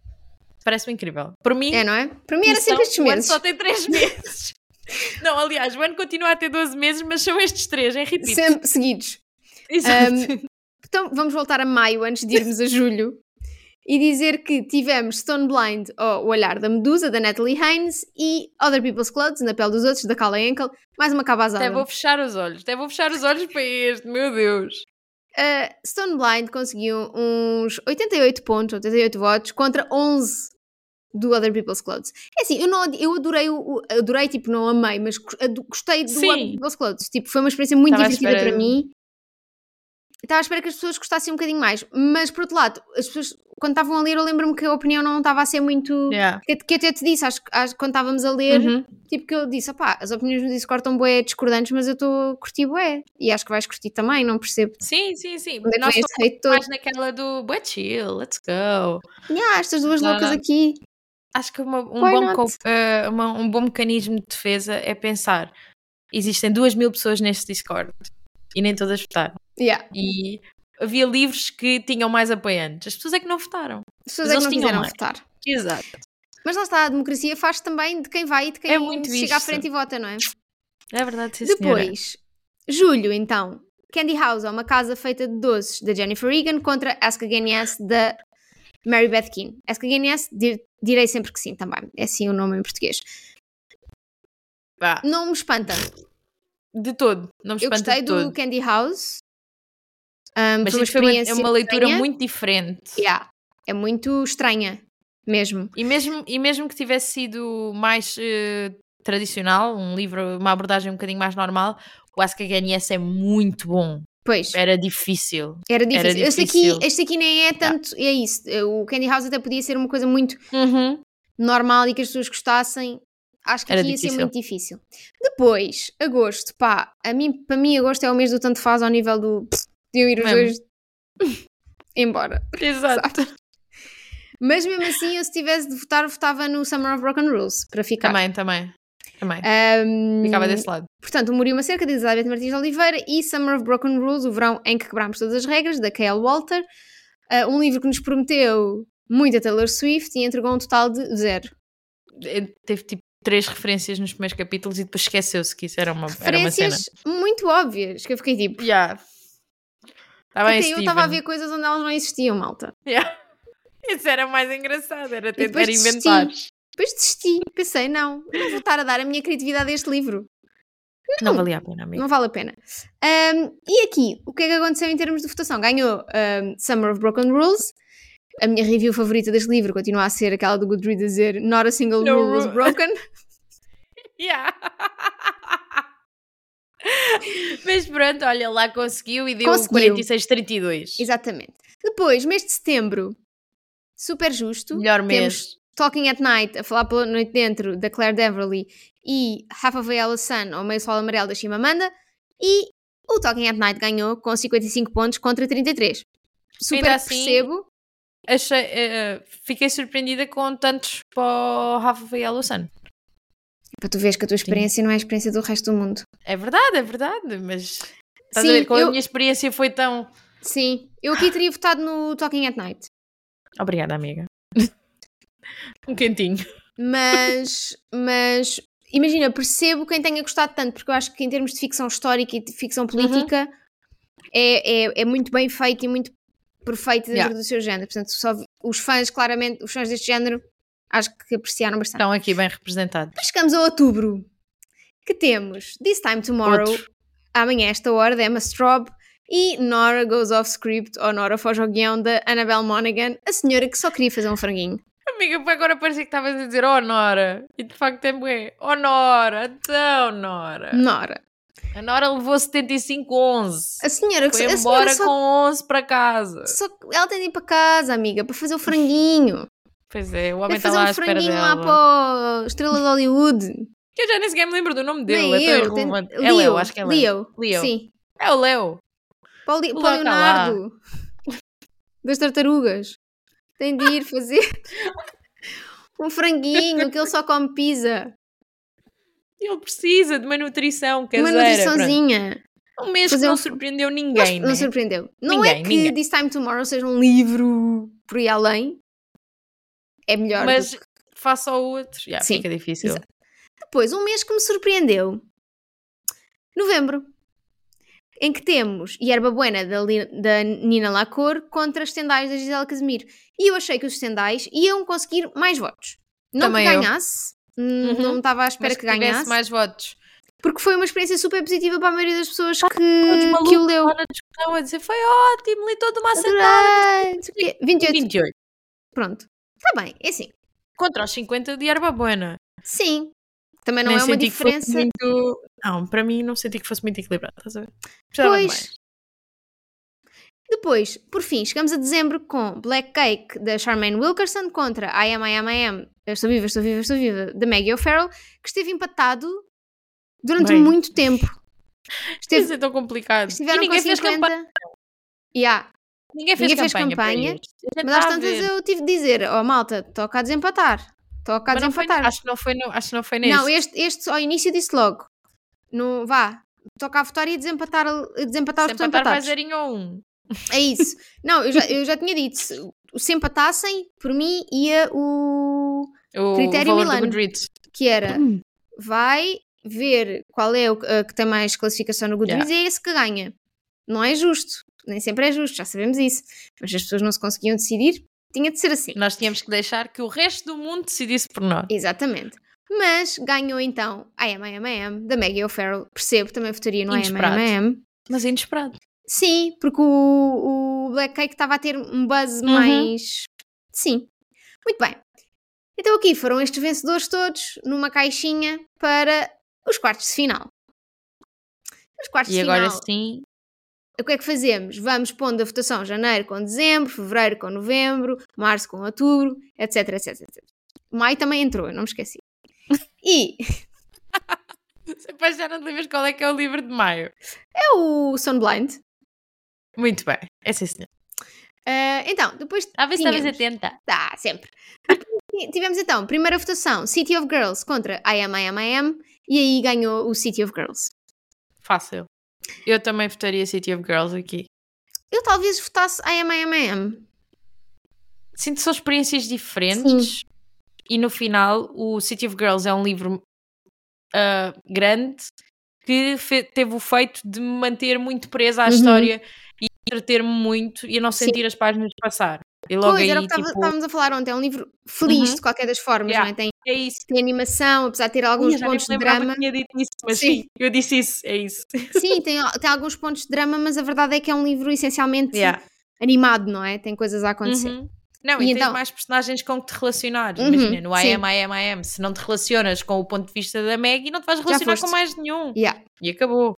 [SPEAKER 2] Parece-me incrível. Por mim,
[SPEAKER 1] É, não é? Para mim era
[SPEAKER 2] Noção,
[SPEAKER 1] sempre estes
[SPEAKER 2] O ano
[SPEAKER 1] meses.
[SPEAKER 2] só tem 3 meses. Não, aliás, o ano continua a ter 12 meses, mas são estes 3, é repetido.
[SPEAKER 1] Sempre seguidos.
[SPEAKER 2] Exato.
[SPEAKER 1] Então vamos voltar a maio antes de irmos a julho e dizer que tivemos Stone Blind ou O Olhar da Medusa, da Natalie Haynes e Other People's Clothes, Na Pele dos Outros, da Carla Henkel. Mais uma
[SPEAKER 2] Até
[SPEAKER 1] cabazada.
[SPEAKER 2] vou fechar os olhos, até vou fechar os olhos para este, meu Deus.
[SPEAKER 1] Uh, Stone Blind conseguiu uns 88 pontos, 88 votos, contra 11 do Other People's Clothes. É assim, eu, não, odi- eu adorei, o, o- adorei, tipo, não amei, mas gos- ado- gostei do
[SPEAKER 2] Sim.
[SPEAKER 1] Other People's Clothes. Tipo, foi uma experiência muito
[SPEAKER 2] Estava à
[SPEAKER 1] divertida
[SPEAKER 2] espera-
[SPEAKER 1] para mim. Estava à espera que as pessoas gostassem um bocadinho mais. Mas, por outro lado, as pessoas, quando estavam a ler, eu lembro-me que a opinião não estava a ser muito...
[SPEAKER 2] Yeah. Uhum.
[SPEAKER 1] Que, que até te disse, acho, que- acho que quando estávamos a ler,
[SPEAKER 2] Hum.
[SPEAKER 1] tipo, que eu disse, opá, as opiniões no Discord estão bué discordantes, mas eu estou a curtir bué. E acho que vais curtir também, não percebo
[SPEAKER 2] Sim, sim, sim.
[SPEAKER 1] onde é que
[SPEAKER 2] Nós
[SPEAKER 1] vem
[SPEAKER 2] estamos
[SPEAKER 1] esse hate todo?
[SPEAKER 2] mais naquela do Boa chill, let's go.
[SPEAKER 1] Yeah, estas duas
[SPEAKER 2] Ah.
[SPEAKER 1] loucas aqui.
[SPEAKER 2] Acho que uma- um,
[SPEAKER 1] Why
[SPEAKER 2] bom
[SPEAKER 1] not?
[SPEAKER 2] co- eh, uma- um bom mecanismo de defesa é pensar: existem 2 mil pessoas neste Discord e nem todas votaram.
[SPEAKER 1] Yeah.
[SPEAKER 2] E havia livros que tinham mais apoiantes. As pessoas é que não votaram.
[SPEAKER 1] As pessoas
[SPEAKER 2] Mas
[SPEAKER 1] é
[SPEAKER 2] eles
[SPEAKER 1] que não
[SPEAKER 2] tinham
[SPEAKER 1] quiseram
[SPEAKER 2] mais.
[SPEAKER 1] votar.
[SPEAKER 2] Exato.
[SPEAKER 1] Mas lá está, a democracia faz também de quem vai e de quem
[SPEAKER 2] É muito
[SPEAKER 1] chega
[SPEAKER 2] isso.
[SPEAKER 1] à frente e vota, não é?
[SPEAKER 2] É verdade, sim, senhora.
[SPEAKER 1] Depois, julho, então. Candy House é uma casa feita de doces da Jennifer Egan contra Ask Again Yes da Mary Beth Keane. Ask Again Yes, di- direi sempre que sim também. É assim o nome em português.
[SPEAKER 2] Vá.
[SPEAKER 1] Não me espanta.
[SPEAKER 2] De todo. Não me
[SPEAKER 1] Eu
[SPEAKER 2] espanta
[SPEAKER 1] gostei
[SPEAKER 2] de
[SPEAKER 1] do
[SPEAKER 2] todo.
[SPEAKER 1] Candy House. Ahm,
[SPEAKER 2] Mas
[SPEAKER 1] foi uma
[SPEAKER 2] isto foi uma,
[SPEAKER 1] experiência
[SPEAKER 2] é uma leitura
[SPEAKER 1] estranha.
[SPEAKER 2] muito diferente.
[SPEAKER 1] Yeah. É muito estranha, mesmo.
[SPEAKER 2] E mesmo, e mesmo que tivesse sido mais eh, tradicional, um livro, uma abordagem um bocadinho mais normal, o Ask Again Yes é muito bom.
[SPEAKER 1] Pois.
[SPEAKER 2] Era difícil.
[SPEAKER 1] Era difícil.
[SPEAKER 2] Era
[SPEAKER 1] Este,
[SPEAKER 2] difícil.
[SPEAKER 1] aqui, este aqui nem é tanto. É isso. O Candy House até podia ser uma coisa muito
[SPEAKER 2] Uhum.
[SPEAKER 1] normal e que as pessoas gostassem. Acho que
[SPEAKER 2] Era
[SPEAKER 1] aqui ia ser
[SPEAKER 2] difícil.
[SPEAKER 1] muito difícil. Depois, agosto. Pá, a mim, para mim, agosto é o mês do tanto faz ao nível do. de eu ir os
[SPEAKER 2] Mesmo.
[SPEAKER 1] dois. embora.
[SPEAKER 2] Exato.
[SPEAKER 1] Mas mesmo assim, eu se tivesse de votar, votava no Summer of Broken Rules para ficar.
[SPEAKER 2] Também, também. Também.
[SPEAKER 1] Ahm,
[SPEAKER 2] Ficava desse lado.
[SPEAKER 1] Portanto, o Muriu uma cerca de Elizabeth Martins de Oliveira e Summer of Broken Rules, o verão em que quebrámos todas as regras, da K.L. Walter, Ah, um livro que nos prometeu muito a Taylor Swift e entregou um total de zero.
[SPEAKER 2] Eh, Teve tipo três referências nos primeiros capítulos e depois esqueceu-se que isso era uma, era uma cena.
[SPEAKER 1] Referências muito óbvias, que eu fiquei tipo.
[SPEAKER 2] Yeah. Tá bem,
[SPEAKER 1] Até Tipo, eu estava a
[SPEAKER 2] Steven.
[SPEAKER 1] ver coisas onde elas não existiam, malta.
[SPEAKER 2] Yeah. Isso era mais engraçado, era tentar
[SPEAKER 1] depois desisti.
[SPEAKER 2] inventar.
[SPEAKER 1] Depois desisti, pensei, não, eu não vou estar a dar a minha criatividade a este livro.
[SPEAKER 2] Não valia a pena, amigo.
[SPEAKER 1] Não vale a pena. Ahm, e aqui, o que é que aconteceu em termos de votação? Ganhou ahm, Summer of Broken Rules. A minha review favorita deste livro continua a ser aquela do Goodreads a dizer Not a single
[SPEAKER 2] No
[SPEAKER 1] rule was
[SPEAKER 2] ru-
[SPEAKER 1] broken.
[SPEAKER 2] Yeah. Mas pronto, olha, lá conseguiu e deu
[SPEAKER 1] Conseguiu.
[SPEAKER 2] 46,32.
[SPEAKER 1] Exatamente. Depois, mês de setembro, super justo.
[SPEAKER 2] Melhor
[SPEAKER 1] Temos
[SPEAKER 2] mês.
[SPEAKER 1] Talking at Night, a falar pela noite dentro, da Claire Deverly e Half of a Yellow Sun, ou Meio Sol Amarelo, da Chimamanda, e o Talking at Night ganhou com 55 pontos contra 33. Super
[SPEAKER 2] Ainda assim,
[SPEAKER 1] percebo.
[SPEAKER 2] Achei, eh, fiquei surpreendida com tantos para o Half of a Yellow Sun.
[SPEAKER 1] Para tu veres que a tua experiência não é a experiência do resto do mundo.
[SPEAKER 2] É verdade, é verdade, mas estás a
[SPEAKER 1] Sim,
[SPEAKER 2] ver, quando
[SPEAKER 1] eu-
[SPEAKER 2] a minha experiência foi tão.
[SPEAKER 1] Sim, eu aqui teria votado no Talking at Night.
[SPEAKER 2] Obrigada, amiga. um cantinho.
[SPEAKER 1] Mas, mas imagina, percebo quem tenha gostado tanto, porque eu acho que em termos de ficção histórica e de
[SPEAKER 2] Uhum.
[SPEAKER 1] ficção política é, é, é muito bem feito e muito perfeito dentro
[SPEAKER 2] Yeah.
[SPEAKER 1] do seu género. Portanto, só os fãs, claramente, os fãs deste género, acho que apreciaram bastante.
[SPEAKER 2] Estão aqui bem representados.
[SPEAKER 1] Mas chegamos a outubro, que temos This Time Tomorrow,
[SPEAKER 2] Outro.
[SPEAKER 1] amanhã a esta hora, da Emma Straub, e Nora Goes Off Script, ou Nora Foge ao Guião, da Annabelle Monaghan, a senhora que só queria fazer um franguinho.
[SPEAKER 2] Amiga, porque agora parecia que estavas a dizer oh Nora. E de facto é bué. Oh Nora, então Nora.
[SPEAKER 1] Nora.
[SPEAKER 2] A Nora levou 75-11.
[SPEAKER 1] A senhora que
[SPEAKER 2] Foi
[SPEAKER 1] a senhora
[SPEAKER 2] embora
[SPEAKER 1] só,
[SPEAKER 2] com 11 para casa.
[SPEAKER 1] só- Ela tem de ir para casa, amiga, para fazer o franguinho.
[SPEAKER 2] Pois é, o
[SPEAKER 1] Para
[SPEAKER 2] homem está
[SPEAKER 1] fazer
[SPEAKER 2] lá à
[SPEAKER 1] um
[SPEAKER 2] espera
[SPEAKER 1] franguinho lá
[SPEAKER 2] dela.
[SPEAKER 1] para o Estrela de Hollywood.
[SPEAKER 2] Eu já nem sequer me lembro do nome dele.
[SPEAKER 1] Nem
[SPEAKER 2] é tão
[SPEAKER 1] eu. tem-
[SPEAKER 2] irrelevante. É
[SPEAKER 1] Leo,
[SPEAKER 2] Leo, acho que é Leo.
[SPEAKER 1] Leo.
[SPEAKER 2] Leo.
[SPEAKER 1] Sim.
[SPEAKER 2] É o Leo.
[SPEAKER 1] Para o, Li-
[SPEAKER 2] Leo
[SPEAKER 1] para o
[SPEAKER 2] está lá.
[SPEAKER 1] Leonardo. Das tartarugas. Tem de ir fazer um franguinho que ele só come pizza.
[SPEAKER 2] Ele precisa de uma nutrição caseira.
[SPEAKER 1] Uma nutriçãozinha.
[SPEAKER 2] pronto. Um mês que
[SPEAKER 1] Fazer
[SPEAKER 2] não
[SPEAKER 1] um-
[SPEAKER 2] surpreendeu
[SPEAKER 1] Mas
[SPEAKER 2] ninguém.
[SPEAKER 1] não
[SPEAKER 2] né?
[SPEAKER 1] surpreendeu. Não é
[SPEAKER 2] Ninguém,
[SPEAKER 1] que
[SPEAKER 2] ninguém.
[SPEAKER 1] This Time Tomorrow seja um livro por aí além. É melhor. do
[SPEAKER 2] Mas faça ao outro. Já,
[SPEAKER 1] Sim,
[SPEAKER 2] fica difícil.
[SPEAKER 1] exato. Depois, um mês que me surpreendeu. Novembro. Em que temos Yerba Buena da, Li- da Nina Lacor contra os Stendais da Gisela Casimiro. E eu achei que os Stendais iam conseguir mais votos. Não
[SPEAKER 2] Também
[SPEAKER 1] que
[SPEAKER 2] eu.
[SPEAKER 1] ganhasse. n-
[SPEAKER 2] Uhum.
[SPEAKER 1] Não estava à
[SPEAKER 2] Mas
[SPEAKER 1] espera
[SPEAKER 2] que
[SPEAKER 1] que
[SPEAKER 2] tivesse
[SPEAKER 1] ganhasse.
[SPEAKER 2] mais votos.
[SPEAKER 1] Porque foi uma experiência super positiva para a maioria das pessoas
[SPEAKER 2] Todos
[SPEAKER 1] que,
[SPEAKER 2] malucos
[SPEAKER 1] que o leu.
[SPEAKER 2] lá na discussão a dizer foi ótimo, li toda uma acertada.
[SPEAKER 1] Adorei, não sei o quê. 28.
[SPEAKER 2] 28.
[SPEAKER 1] Pronto. Está bem. É assim.
[SPEAKER 2] Contra os 50 de erva buena.
[SPEAKER 1] Sim. Também não
[SPEAKER 2] Nem
[SPEAKER 1] é uma
[SPEAKER 2] senti que fosse
[SPEAKER 1] diferença.
[SPEAKER 2] muito- Não, para mim não senti que fosse muito equilibrado. Estás a ver? Precisava de
[SPEAKER 1] Pois.
[SPEAKER 2] mais.
[SPEAKER 1] Depois, por fim, chegamos a dezembro com Black Cake da Charmaine Wilkerson contra I Am, I Am, I Am, Eu Estou Viva, Estou Viva, Estou Viva, da Maggie O'Farrell, que esteve empatado durante
[SPEAKER 2] Bem.
[SPEAKER 1] muito tempo. Esteve,
[SPEAKER 2] Isso é tão complicado. E
[SPEAKER 1] estiveram
[SPEAKER 2] ninguém
[SPEAKER 1] com
[SPEAKER 2] fez
[SPEAKER 1] 50.
[SPEAKER 2] campanha.
[SPEAKER 1] Yeah.
[SPEAKER 2] Ninguém fez
[SPEAKER 1] Ninguém fez
[SPEAKER 2] campanha. para
[SPEAKER 1] campanha,
[SPEAKER 2] isto. A gente
[SPEAKER 1] Mas às
[SPEAKER 2] está a
[SPEAKER 1] tantas
[SPEAKER 2] ver.
[SPEAKER 1] eu tive de dizer, oh malta, toca a desempatar. Toca a
[SPEAKER 2] Mas não foi-
[SPEAKER 1] desempatar.
[SPEAKER 2] acho, que não foi no, acho que não foi neste.
[SPEAKER 1] Não, este, este ao início disse logo. No, vá, toca a votar e desempatar, desempatar os
[SPEAKER 2] Sem empatar vai
[SPEAKER 1] desempatados.
[SPEAKER 2] zerinho a um.
[SPEAKER 1] É isso. Não, eu já, eu já tinha dito. Se, se empatassem, por mim ia o.
[SPEAKER 2] O
[SPEAKER 1] Critério
[SPEAKER 2] valor
[SPEAKER 1] Milano.
[SPEAKER 2] do Goodreads.
[SPEAKER 1] Que era. Vai ver qual é o que- a que tem mais classificação no Goodreads e é esse que ganha. Não é justo. Nem sempre é justo, já sabemos isso. Mas as pessoas não se conseguiam decidir, tinha de ser assim.
[SPEAKER 2] Nós tínhamos que deixar que o resto do mundo decidisse por nós.
[SPEAKER 1] Exatamente. Mas ganhou então I Am, I Am, I Am, da Maggie O'Farrell. Percebo, também votaria no I Am, I Am,
[SPEAKER 2] Inesperado.
[SPEAKER 1] I Am.
[SPEAKER 2] Mas é inesperado.
[SPEAKER 1] Sim, porque o, o Black Cake estava a ter um buzz
[SPEAKER 2] Uhum.
[SPEAKER 1] mais. Sim. Muito bem. Então aqui foram estes vencedores todos numa caixinha para os quartos de final. Os quartos
[SPEAKER 2] E
[SPEAKER 1] de
[SPEAKER 2] agora
[SPEAKER 1] final.
[SPEAKER 2] sim,
[SPEAKER 1] O que é que fazemos? Vamos pondo a votação janeiro com dezembro, fevereiro com novembro, março com outubro, etc, etc, etc. Maio também entrou, eu não me esqueci. E
[SPEAKER 2] sempre já não te lembras qual é que é o livro de maio.
[SPEAKER 1] é o Sunblind.
[SPEAKER 2] Muito bem. É sim, senhor.
[SPEAKER 1] Ah, então, depois
[SPEAKER 2] Talvez
[SPEAKER 1] Tínhamos.
[SPEAKER 2] estavas atenta.
[SPEAKER 1] Dá, sempre. Tivemos então, primeira votação, City of Girls contra I Am, I Am, I Am, e aí ganhou o City of Girls.
[SPEAKER 2] Fácil. Eu também votaria City of Girls aqui.
[SPEAKER 1] Eu talvez votasse I Am, I Am, I Am.
[SPEAKER 2] Sinto que são experiências diferentes. E no final, o City of Girls é um livro ah, grande que fe- teve o feito de me manter muito presa à
[SPEAKER 1] Uhum.
[SPEAKER 2] história e entreter-me muito e não
[SPEAKER 1] Sim.
[SPEAKER 2] sentir as páginas passar. E logo
[SPEAKER 1] pois,
[SPEAKER 2] aí,
[SPEAKER 1] era o que tava-
[SPEAKER 2] tipo,
[SPEAKER 1] estávamos a falar ontem, é um livro feliz
[SPEAKER 2] Uhum.
[SPEAKER 1] de qualquer das formas,
[SPEAKER 2] Yeah.
[SPEAKER 1] não é? Tem,
[SPEAKER 2] é isso.
[SPEAKER 1] tem animação, apesar de ter alguns
[SPEAKER 2] Eu já nem me
[SPEAKER 1] pontos de
[SPEAKER 2] lembrava
[SPEAKER 1] drama.
[SPEAKER 2] que tinha dito isso, mas
[SPEAKER 1] Sim.
[SPEAKER 2] sim. eu disse isso, é isso.
[SPEAKER 1] Sim, tem, tem alguns pontos de drama, mas a verdade é que é um livro essencialmente
[SPEAKER 2] Yeah.
[SPEAKER 1] animado, não é? Tem coisas a acontecer.
[SPEAKER 2] Uhum. Não,
[SPEAKER 1] E
[SPEAKER 2] e,
[SPEAKER 1] então-
[SPEAKER 2] tens mais personagens com que te relacionar.
[SPEAKER 1] Uhum,
[SPEAKER 2] Imagina, no
[SPEAKER 1] sim.
[SPEAKER 2] I am, I am, I am, se não te relacionas com o ponto de vista da Maggie, não te vais relacionar com
[SPEAKER 1] foste.
[SPEAKER 2] mais nenhum.
[SPEAKER 1] Yeah.
[SPEAKER 2] E acabou.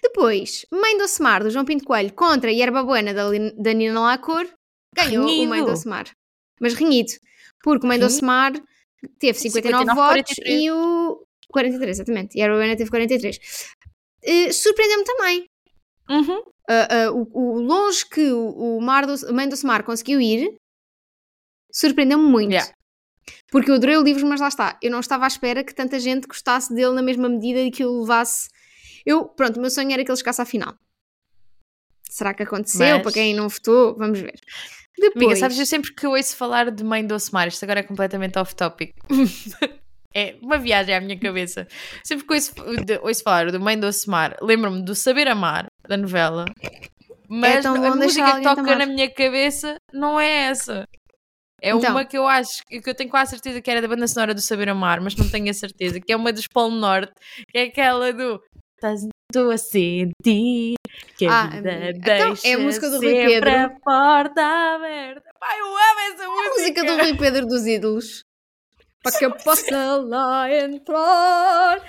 [SPEAKER 1] Depois, Mãe do Mar, do João Pinto Coelho, contra Yerba Buena, da, Lin- da Nina Lacor, ganhou o
[SPEAKER 2] Renhido.
[SPEAKER 1] Mãe do Mar. Mas renhido, porque o Mãe do
[SPEAKER 2] Renhido.
[SPEAKER 1] Mar teve 59,
[SPEAKER 2] 59,
[SPEAKER 1] votos
[SPEAKER 2] 43.
[SPEAKER 1] e o 43, exatamente. E a Rowena teve 43. Eh, Surpreendeu-me também.
[SPEAKER 2] Uhum.
[SPEAKER 1] Ah, ah, o, o longe que o, o Mardos, Mandos Mar conseguiu ir, surpreendeu-me muito.
[SPEAKER 2] Yeah.
[SPEAKER 1] Porque eu adorei o livro, mas lá está. Eu não estava à espera que tanta gente gostasse dele na mesma medida e que o levasse. Eu, pronto, o meu sonho era que ele chegasse à final. Será que aconteceu?
[SPEAKER 2] Mas-
[SPEAKER 1] Para quem não votou, vamos ver. Depois,
[SPEAKER 2] Amiga, sabes, eu sempre que ouço falar de Mãe Doce Mar, isto agora é completamente off-topic. é uma viagem à minha cabeça. Sempre que ouço, de- ouço falar do Mãe Doce Mar, lembro-me do Saber Amar, da novela. Mas
[SPEAKER 1] tão
[SPEAKER 2] a
[SPEAKER 1] bom Então,
[SPEAKER 2] música
[SPEAKER 1] deixar
[SPEAKER 2] que
[SPEAKER 1] alguém te
[SPEAKER 2] toca
[SPEAKER 1] amar.
[SPEAKER 2] na minha cabeça não é essa. É
[SPEAKER 1] Então.
[SPEAKER 2] uma que eu acho, que eu tenho quase certeza que era da banda sonora do Saber Amar, mas não tenho a certeza, que é uma dos Polo Norte, que é aquela do... "Estás- Estou a sentir que a
[SPEAKER 1] Ah,
[SPEAKER 2] vida
[SPEAKER 1] amiga. Então, é a
[SPEAKER 2] deixa
[SPEAKER 1] música do Rui
[SPEAKER 2] sempre
[SPEAKER 1] Pedro.
[SPEAKER 2] a porta aberta. Pai, eu amo essa
[SPEAKER 1] a
[SPEAKER 2] É música.
[SPEAKER 1] música do Rui Pedro dos Ídolos. Para que eu possa lá entrar.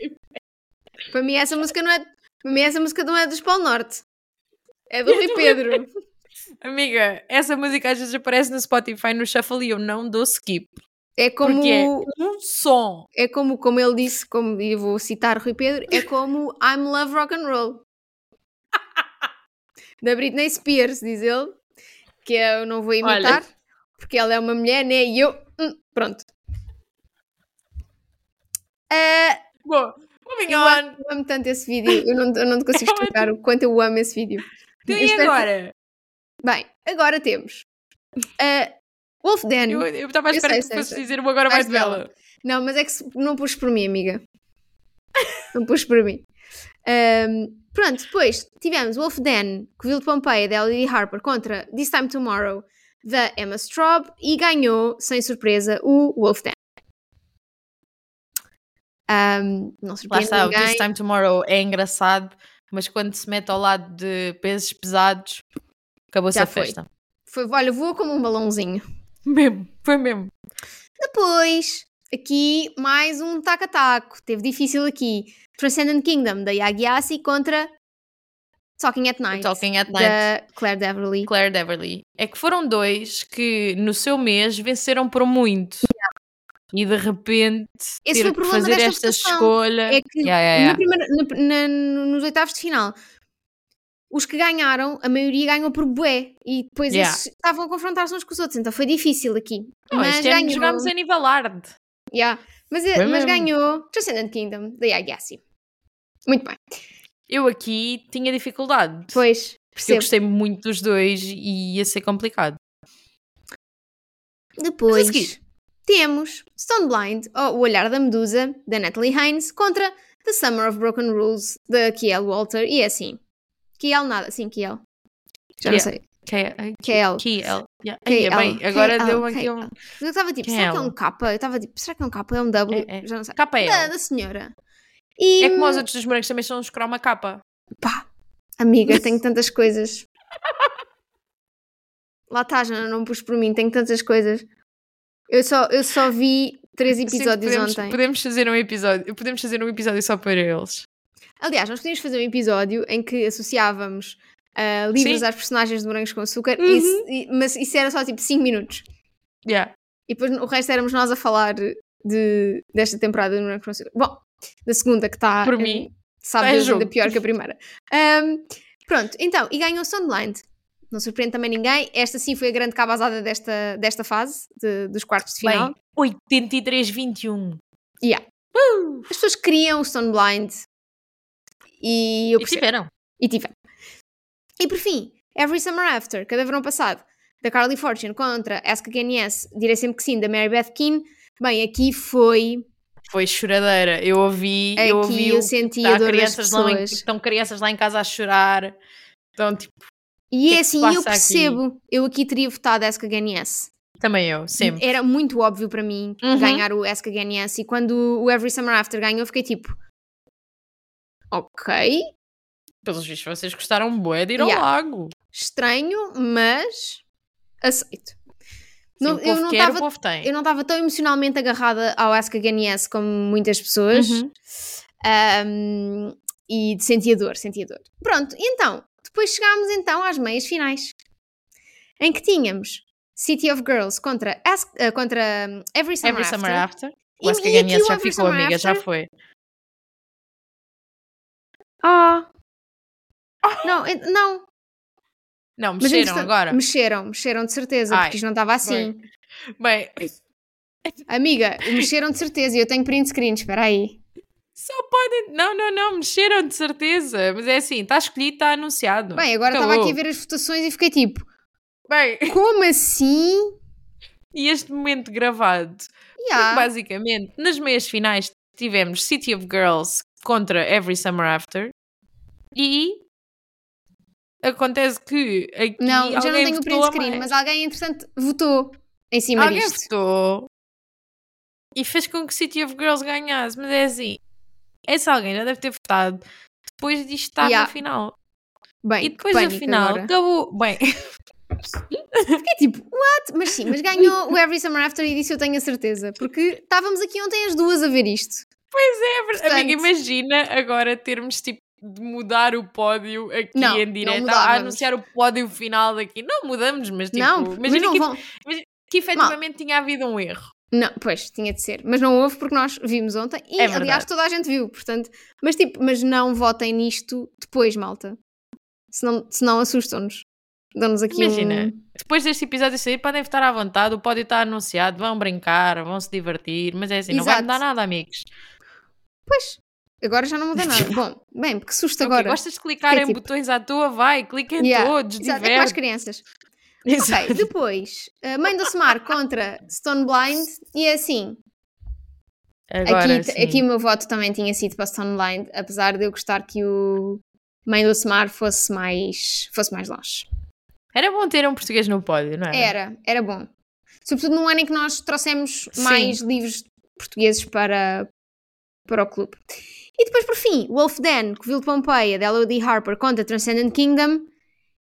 [SPEAKER 1] Essa- Para mim, essa música não é. Para mim, essa música não é dos Pão Norte. É do Rui Pedro.
[SPEAKER 2] Amiga, essa música às vezes aparece no Spotify, no Shuffle e eu não dou skip.
[SPEAKER 1] É como,
[SPEAKER 2] Porque Um som.
[SPEAKER 1] é como, como ele disse, como e eu vou citar Rui Pedro, é como I'm Love Rock and Roll. Da Britney Spears, diz ele, que eu não vou imitar, porque ela é uma mulher, né? E eu, hum, pronto. Ah,
[SPEAKER 2] Bom, moving
[SPEAKER 1] Eu
[SPEAKER 2] on.
[SPEAKER 1] eu amo tanto esse vídeo, eu não, eu não te consigo explicar o quanto eu amo esse vídeo.
[SPEAKER 2] Então,
[SPEAKER 1] Eu
[SPEAKER 2] E
[SPEAKER 1] espero que-
[SPEAKER 2] agora?
[SPEAKER 1] Bem, agora temos ah, Wolf Den.
[SPEAKER 2] Eu eu estava à
[SPEAKER 1] Eu
[SPEAKER 2] espera
[SPEAKER 1] sei,
[SPEAKER 2] que tu
[SPEAKER 1] sei,
[SPEAKER 2] fosses
[SPEAKER 1] sei.
[SPEAKER 2] dizer o agora mais
[SPEAKER 1] Mais
[SPEAKER 2] bela.
[SPEAKER 1] Não, mas é que se- não pus por mim, amiga. Não pus por mim. Ahm, pronto, depois tivemos Wolf Den, Covil de Pompeia, da Lily Harper, contra This Time Tomorrow, da Emma Straub, e ganhou, sem surpresa, o Wolf Den. Ahm, não
[SPEAKER 2] Lá
[SPEAKER 1] surpreende
[SPEAKER 2] está, o
[SPEAKER 1] ninguém.
[SPEAKER 2] This Time Tomorrow é engraçado, mas quando se mete ao lado de pesos pesados, acabou-se
[SPEAKER 1] Já
[SPEAKER 2] a
[SPEAKER 1] foi.
[SPEAKER 2] festa.
[SPEAKER 1] Foi, olha, voa como um balãozinho.
[SPEAKER 2] Mesmo, foi mesmo.
[SPEAKER 1] Depois, aqui mais um taca-taco. Teve difícil aqui. Transcendent Kingdom, da Yagi Assi, contra Talking at Night.
[SPEAKER 2] Talking at Night.
[SPEAKER 1] da Claire Deverly.
[SPEAKER 2] Claire Deverly. É que foram dois que no seu mês venceram por muito. E de repente
[SPEAKER 1] Esse foi
[SPEAKER 2] ter
[SPEAKER 1] o
[SPEAKER 2] que
[SPEAKER 1] problema
[SPEAKER 2] fazer esta
[SPEAKER 1] desta votação.
[SPEAKER 2] escolha.
[SPEAKER 1] É que
[SPEAKER 2] Yeah, yeah,
[SPEAKER 1] na
[SPEAKER 2] yeah.
[SPEAKER 1] primeira- na- na- nos oitavos de final, os que ganharam, a maioria ganhou por bué. E depois
[SPEAKER 2] Yeah.
[SPEAKER 1] esses estavam a confrontar-se uns com os outros. Então foi difícil aqui.
[SPEAKER 2] Não,
[SPEAKER 1] mas
[SPEAKER 2] este ano
[SPEAKER 1] ganhou.
[SPEAKER 2] jogámos em nível hard.
[SPEAKER 1] Yeah. Mas, eh,
[SPEAKER 2] Foi
[SPEAKER 1] mas
[SPEAKER 2] mesmo.
[SPEAKER 1] ganhou Transcendent Kingdom, da Yagi Assi. Muito bem.
[SPEAKER 2] Eu aqui tinha dificuldade.
[SPEAKER 1] Pois,
[SPEAKER 2] porque eu
[SPEAKER 1] percebo.
[SPEAKER 2] gostei muito dos dois e ia ser complicado.
[SPEAKER 1] Depois
[SPEAKER 2] Mas a seguir?
[SPEAKER 1] temos Stone Blind, ou O Olhar da Medusa, da Natalie Haynes, contra The Summer of Broken Rules, da Kiel Walter, e é assim. Kiel nada, sim, Kiel. Já não
[SPEAKER 2] Kiel.
[SPEAKER 1] sei.
[SPEAKER 2] K-
[SPEAKER 1] Kiel.
[SPEAKER 2] KL. Yeah.
[SPEAKER 1] KL.
[SPEAKER 2] Ai, é bem, agora
[SPEAKER 1] KL,
[SPEAKER 2] deu aqui um.
[SPEAKER 1] Mas eu estava tipo,
[SPEAKER 2] Quem
[SPEAKER 1] será que é
[SPEAKER 2] é
[SPEAKER 1] um K? Eu estava tipo, será que é um K? É um W?
[SPEAKER 2] É, é.
[SPEAKER 1] Já não sei. Da,
[SPEAKER 2] KL.
[SPEAKER 1] da senhora. E,
[SPEAKER 2] É como os outros dos morangos também são os croma K.
[SPEAKER 1] pá, amiga, tenho tantas coisas. Lá está, já não pus por mim, tenho tantas coisas. Eu só, eu só vi três
[SPEAKER 2] Sim,
[SPEAKER 1] episódios
[SPEAKER 2] podemos,
[SPEAKER 1] ontem.
[SPEAKER 2] Podemos fazer um episódio. Podemos fazer um episódio só para eles.
[SPEAKER 1] Aliás, nós podíamos fazer um episódio em que associávamos ah, livros
[SPEAKER 2] Sim.
[SPEAKER 1] às personagens de Morangos com Açúcar, e
[SPEAKER 2] Uhum.
[SPEAKER 1] isso- e- mas isso era só tipo 5 minutos.
[SPEAKER 2] Yeah.
[SPEAKER 1] E depois o resto éramos nós a falar de, desta temporada de Morangos com Açúcar. Bom, da segunda que está.
[SPEAKER 2] Por
[SPEAKER 1] eh,
[SPEAKER 2] mim,
[SPEAKER 1] Sabe
[SPEAKER 2] tá em
[SPEAKER 1] Deus, ainda
[SPEAKER 2] jogo.
[SPEAKER 1] pior que a primeira. Ahm, pronto, então, e ganhou Stone Blind. Não surpreende também ninguém. Esta sim foi a grande cabazada desta, desta fase, de- dos quartos de final.
[SPEAKER 2] Bem, 83-21.
[SPEAKER 1] As pessoas queriam o Stone Blind. E eu
[SPEAKER 2] E
[SPEAKER 1] percebo.
[SPEAKER 2] tiveram.
[SPEAKER 1] E tivemos. E por fim, Every Summer After, cada verão passado, da Carly Fortune contra Ask Again Yes, Direi Sempre Que Sim, da Mary Beth Keane. Bem, aqui foi.
[SPEAKER 2] Foi choradeira. Eu ouvi,
[SPEAKER 1] Aqui
[SPEAKER 2] eu
[SPEAKER 1] É eu,
[SPEAKER 2] ouvi o
[SPEAKER 1] senti
[SPEAKER 2] Tá,
[SPEAKER 1] a dor das
[SPEAKER 2] crianças lá em-
[SPEAKER 1] pessoas.
[SPEAKER 2] estão crianças lá em casa a chorar. Então, tipo, que
[SPEAKER 1] E
[SPEAKER 2] é
[SPEAKER 1] é
[SPEAKER 2] que
[SPEAKER 1] assim,
[SPEAKER 2] se
[SPEAKER 1] eu
[SPEAKER 2] passa aqui?
[SPEAKER 1] percebo. Eu aqui teria votado Ask Again Yes.
[SPEAKER 2] também eu, sempre.
[SPEAKER 1] Era muito óbvio para mim
[SPEAKER 2] Uhum.
[SPEAKER 1] ganhar o Ask Again Yes. E quando o Every Summer After ganhou, eu fiquei tipo. Ok,
[SPEAKER 2] Pelos vistos, vocês gostaram bué de ir ao
[SPEAKER 1] Yeah.
[SPEAKER 2] lago.
[SPEAKER 1] estranho, mas aceito.
[SPEAKER 2] Sim,
[SPEAKER 1] Não-
[SPEAKER 2] o povo quer,
[SPEAKER 1] tava
[SPEAKER 2] o povo tem.
[SPEAKER 1] eu não estava tão emocionalmente agarrada ao Ask Again Yes como muitas pessoas
[SPEAKER 2] Uhum.
[SPEAKER 1] Ahm, e sentia dor, sentia dor. Pronto, e então, depois chegámos então às meias finais em que tínhamos City of Girls contra, Ask- eh, contra hum, Every Summer
[SPEAKER 2] Every
[SPEAKER 1] After.
[SPEAKER 2] Summer After.
[SPEAKER 1] E-
[SPEAKER 2] O Ask
[SPEAKER 1] e aqui
[SPEAKER 2] Again Yes
[SPEAKER 1] o
[SPEAKER 2] já
[SPEAKER 1] Every
[SPEAKER 2] ficou,
[SPEAKER 1] Summer
[SPEAKER 2] amiga, já
[SPEAKER 1] After?
[SPEAKER 2] foi.
[SPEAKER 1] Ah. Não, eh, não.
[SPEAKER 2] Não,
[SPEAKER 1] Mas
[SPEAKER 2] mexeram
[SPEAKER 1] entretanto-
[SPEAKER 2] agora.
[SPEAKER 1] Mexeram, mexeram de certeza,
[SPEAKER 2] Ai,
[SPEAKER 1] porque isto não estava assim.
[SPEAKER 2] Bem,
[SPEAKER 1] Amiga, mexeram de certeza e eu tenho print screen, espera aí.
[SPEAKER 2] só podem. Não, não, não, mexeram de certeza. Mas é assim, está escolhido, está anunciado.
[SPEAKER 1] Bem, agora estava aqui
[SPEAKER 2] Acabou.
[SPEAKER 1] a ver as votações e fiquei tipo,
[SPEAKER 2] Bem,
[SPEAKER 1] como assim?
[SPEAKER 2] e este momento gravado? Porque,
[SPEAKER 1] Yeah.
[SPEAKER 2] basicamente, nas meias finais tivemos City of Girls contra Every Summer After e acontece que aqui
[SPEAKER 1] Não, já não
[SPEAKER 2] alguém
[SPEAKER 1] tenho o
[SPEAKER 2] votou
[SPEAKER 1] print
[SPEAKER 2] a
[SPEAKER 1] screen,
[SPEAKER 2] mais.
[SPEAKER 1] mas alguém, entretanto, votou em cima
[SPEAKER 2] alguém
[SPEAKER 1] disto.
[SPEAKER 2] votou e fez com que City of Girls ganhasse, mas é assim, esse alguém já deve ter votado depois disto estar
[SPEAKER 1] Yeah.
[SPEAKER 2] na final.
[SPEAKER 1] Bem,
[SPEAKER 2] E depois da
[SPEAKER 1] pânico
[SPEAKER 2] final
[SPEAKER 1] agora.
[SPEAKER 2] acabou. Bem,
[SPEAKER 1] Fiquei tipo, what? Mas sim, mas ganhou o Every Summer After e disso eu tenho a certeza. Porque estávamos aqui ontem as duas a ver isto.
[SPEAKER 2] é verdade.
[SPEAKER 1] Portanto-
[SPEAKER 2] Amiga, imagina agora termos tipo de mudar o pódio aqui
[SPEAKER 1] Não,
[SPEAKER 2] em
[SPEAKER 1] não
[SPEAKER 2] direto, Ah, a
[SPEAKER 1] mudávamos.
[SPEAKER 2] anunciar o pódio final daqui. Não mudamos, mas tipo,
[SPEAKER 1] não, mas
[SPEAKER 2] imagina
[SPEAKER 1] não
[SPEAKER 2] que,
[SPEAKER 1] vão.
[SPEAKER 2] que efetivamente tinha havido um erro.
[SPEAKER 1] Não, pois, tinha de ser. Mas não houve porque nós vimos ontem e,
[SPEAKER 2] É verdade.
[SPEAKER 1] aliás, toda a gente viu, portanto. Mas tipo, mas não votem nisto depois, malta. Senão, senão assustam-nos. Dão-nos aqui
[SPEAKER 2] Imagina.
[SPEAKER 1] um...
[SPEAKER 2] Depois deste episódio sair, podem estar à vontade, o pódio está anunciado, vão brincar, vão se divertir, mas é assim, não vai
[SPEAKER 1] Exato.
[SPEAKER 2] mudar nada, amigos.
[SPEAKER 1] Pois, agora já não muda nada. Bom, bem, que susto
[SPEAKER 2] Ok,
[SPEAKER 1] agora.
[SPEAKER 2] Gostas de clicar
[SPEAKER 1] É
[SPEAKER 2] em
[SPEAKER 1] tipo-
[SPEAKER 2] botões à toa? Vai, clica em
[SPEAKER 1] Yeah,
[SPEAKER 2] todos,
[SPEAKER 1] Exato, é para as
[SPEAKER 2] diverte.
[SPEAKER 1] crianças.
[SPEAKER 2] Exato.
[SPEAKER 1] Ok, depois, uh, Mãe do Smar contra Stone Blind e é assim,
[SPEAKER 2] Agora
[SPEAKER 1] Aqui,
[SPEAKER 2] sim.
[SPEAKER 1] aqui o meu voto também tinha sido para Stone Blind, apesar de eu gostar que o Mãe do Semar fosse mais, fosse mais longe.
[SPEAKER 2] Era bom ter um português no pódio, não é?
[SPEAKER 1] Era, era bom. Sobretudo num ano em que nós trouxemos
[SPEAKER 2] Sim.
[SPEAKER 1] mais livros portugueses para, para o clube. E depois, por fim, Wolf Den, Covil de Pompeia, da Elodie Harper contra Transcendent Kingdom.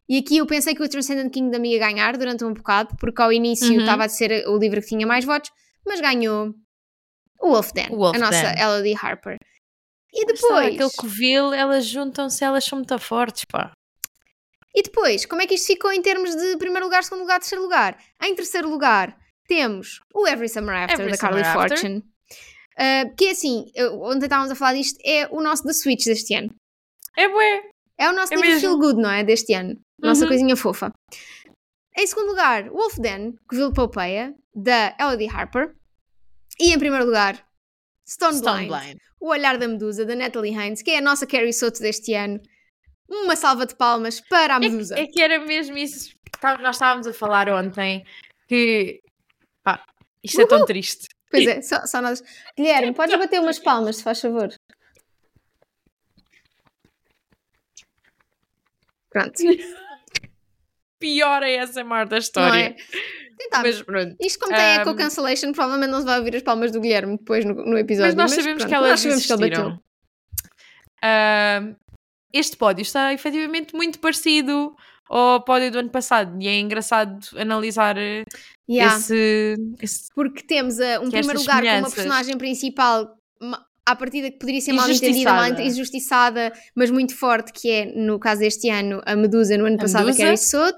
[SPEAKER 1] E aqui eu pensei que o Transcendent Kingdom ia ganhar durante um bocado, porque ao início
[SPEAKER 2] Uhum.
[SPEAKER 1] estava a ser o livro que tinha mais votos, mas ganhou o Wolf Den,
[SPEAKER 2] O Wolf
[SPEAKER 1] a nossa
[SPEAKER 2] Den.
[SPEAKER 1] Elodie Harper. E
[SPEAKER 2] Sabe,
[SPEAKER 1] depois,
[SPEAKER 2] tá, Aquele covil, elas juntam-se, elas são muito fortes, pá.
[SPEAKER 1] e depois, como é que isto ficou em termos de primeiro lugar, segundo lugar, terceiro lugar? Em terceiro lugar, temos o Every Summer After,
[SPEAKER 2] Every
[SPEAKER 1] da Carly
[SPEAKER 2] Summer After.
[SPEAKER 1] Fortune. Uh, que é assim, eu- ontem estávamos a falar disto, é o nosso The Switch deste ano.
[SPEAKER 2] É bué.
[SPEAKER 1] É o nosso
[SPEAKER 2] É
[SPEAKER 1] livro
[SPEAKER 2] mesmo.
[SPEAKER 1] Feel Good, não é? Deste ano. Nossa
[SPEAKER 2] Uhum.
[SPEAKER 1] coisinha fofa. Em segundo lugar, Wolf Den, Covil de Pompeia, da Elodie Harper. E em primeiro lugar, Stone,
[SPEAKER 2] Stone
[SPEAKER 1] Blind,
[SPEAKER 2] blind.
[SPEAKER 1] O Olhar da Medusa, da Natalie Hines, que é a nossa Carrie Soto deste ano. Uma salva de palmas para a
[SPEAKER 2] É
[SPEAKER 1] Medusa.
[SPEAKER 2] que- É, que era mesmo isso que tá- nós estávamos a falar ontem. Que pá, isto é tão triste.
[SPEAKER 1] Pois é, só, só nós. Guilherme, podes
[SPEAKER 2] Então,
[SPEAKER 1] bater umas palmas, se faz favor. Pronto.
[SPEAKER 2] Pior é essa mar da
[SPEAKER 1] Não
[SPEAKER 2] história.
[SPEAKER 1] é? Tentámos.
[SPEAKER 2] Mas pronto.
[SPEAKER 1] Isto, como tem
[SPEAKER 2] Ahm.
[SPEAKER 1] eco cancellation, provavelmente não se vai ouvir as palmas do Guilherme depois no, no
[SPEAKER 2] Mas
[SPEAKER 1] episódio.
[SPEAKER 2] nós sabemos
[SPEAKER 1] pronto,
[SPEAKER 2] que elas
[SPEAKER 1] nós sabemos que ele
[SPEAKER 2] existiram.
[SPEAKER 1] bateu.
[SPEAKER 2] Ahm, este pódio está efetivamente muito parecido ao pódio do ano passado e é engraçado analisar eh,
[SPEAKER 1] Yeah,
[SPEAKER 2] esse, esse
[SPEAKER 1] Porque temos ah, um
[SPEAKER 2] Que
[SPEAKER 1] primeiro
[SPEAKER 2] estas
[SPEAKER 1] lugar com uma
[SPEAKER 2] semelhanças.
[SPEAKER 1] personagem principal ma- à partida que poderia ser mal entendida, mal
[SPEAKER 2] Injustiçada.
[SPEAKER 1] injustiçada, mas muito forte, que é, no caso deste ano, a Medusa, no ano
[SPEAKER 2] A
[SPEAKER 1] passado, a
[SPEAKER 2] Medusa.
[SPEAKER 1] Carrie Soto.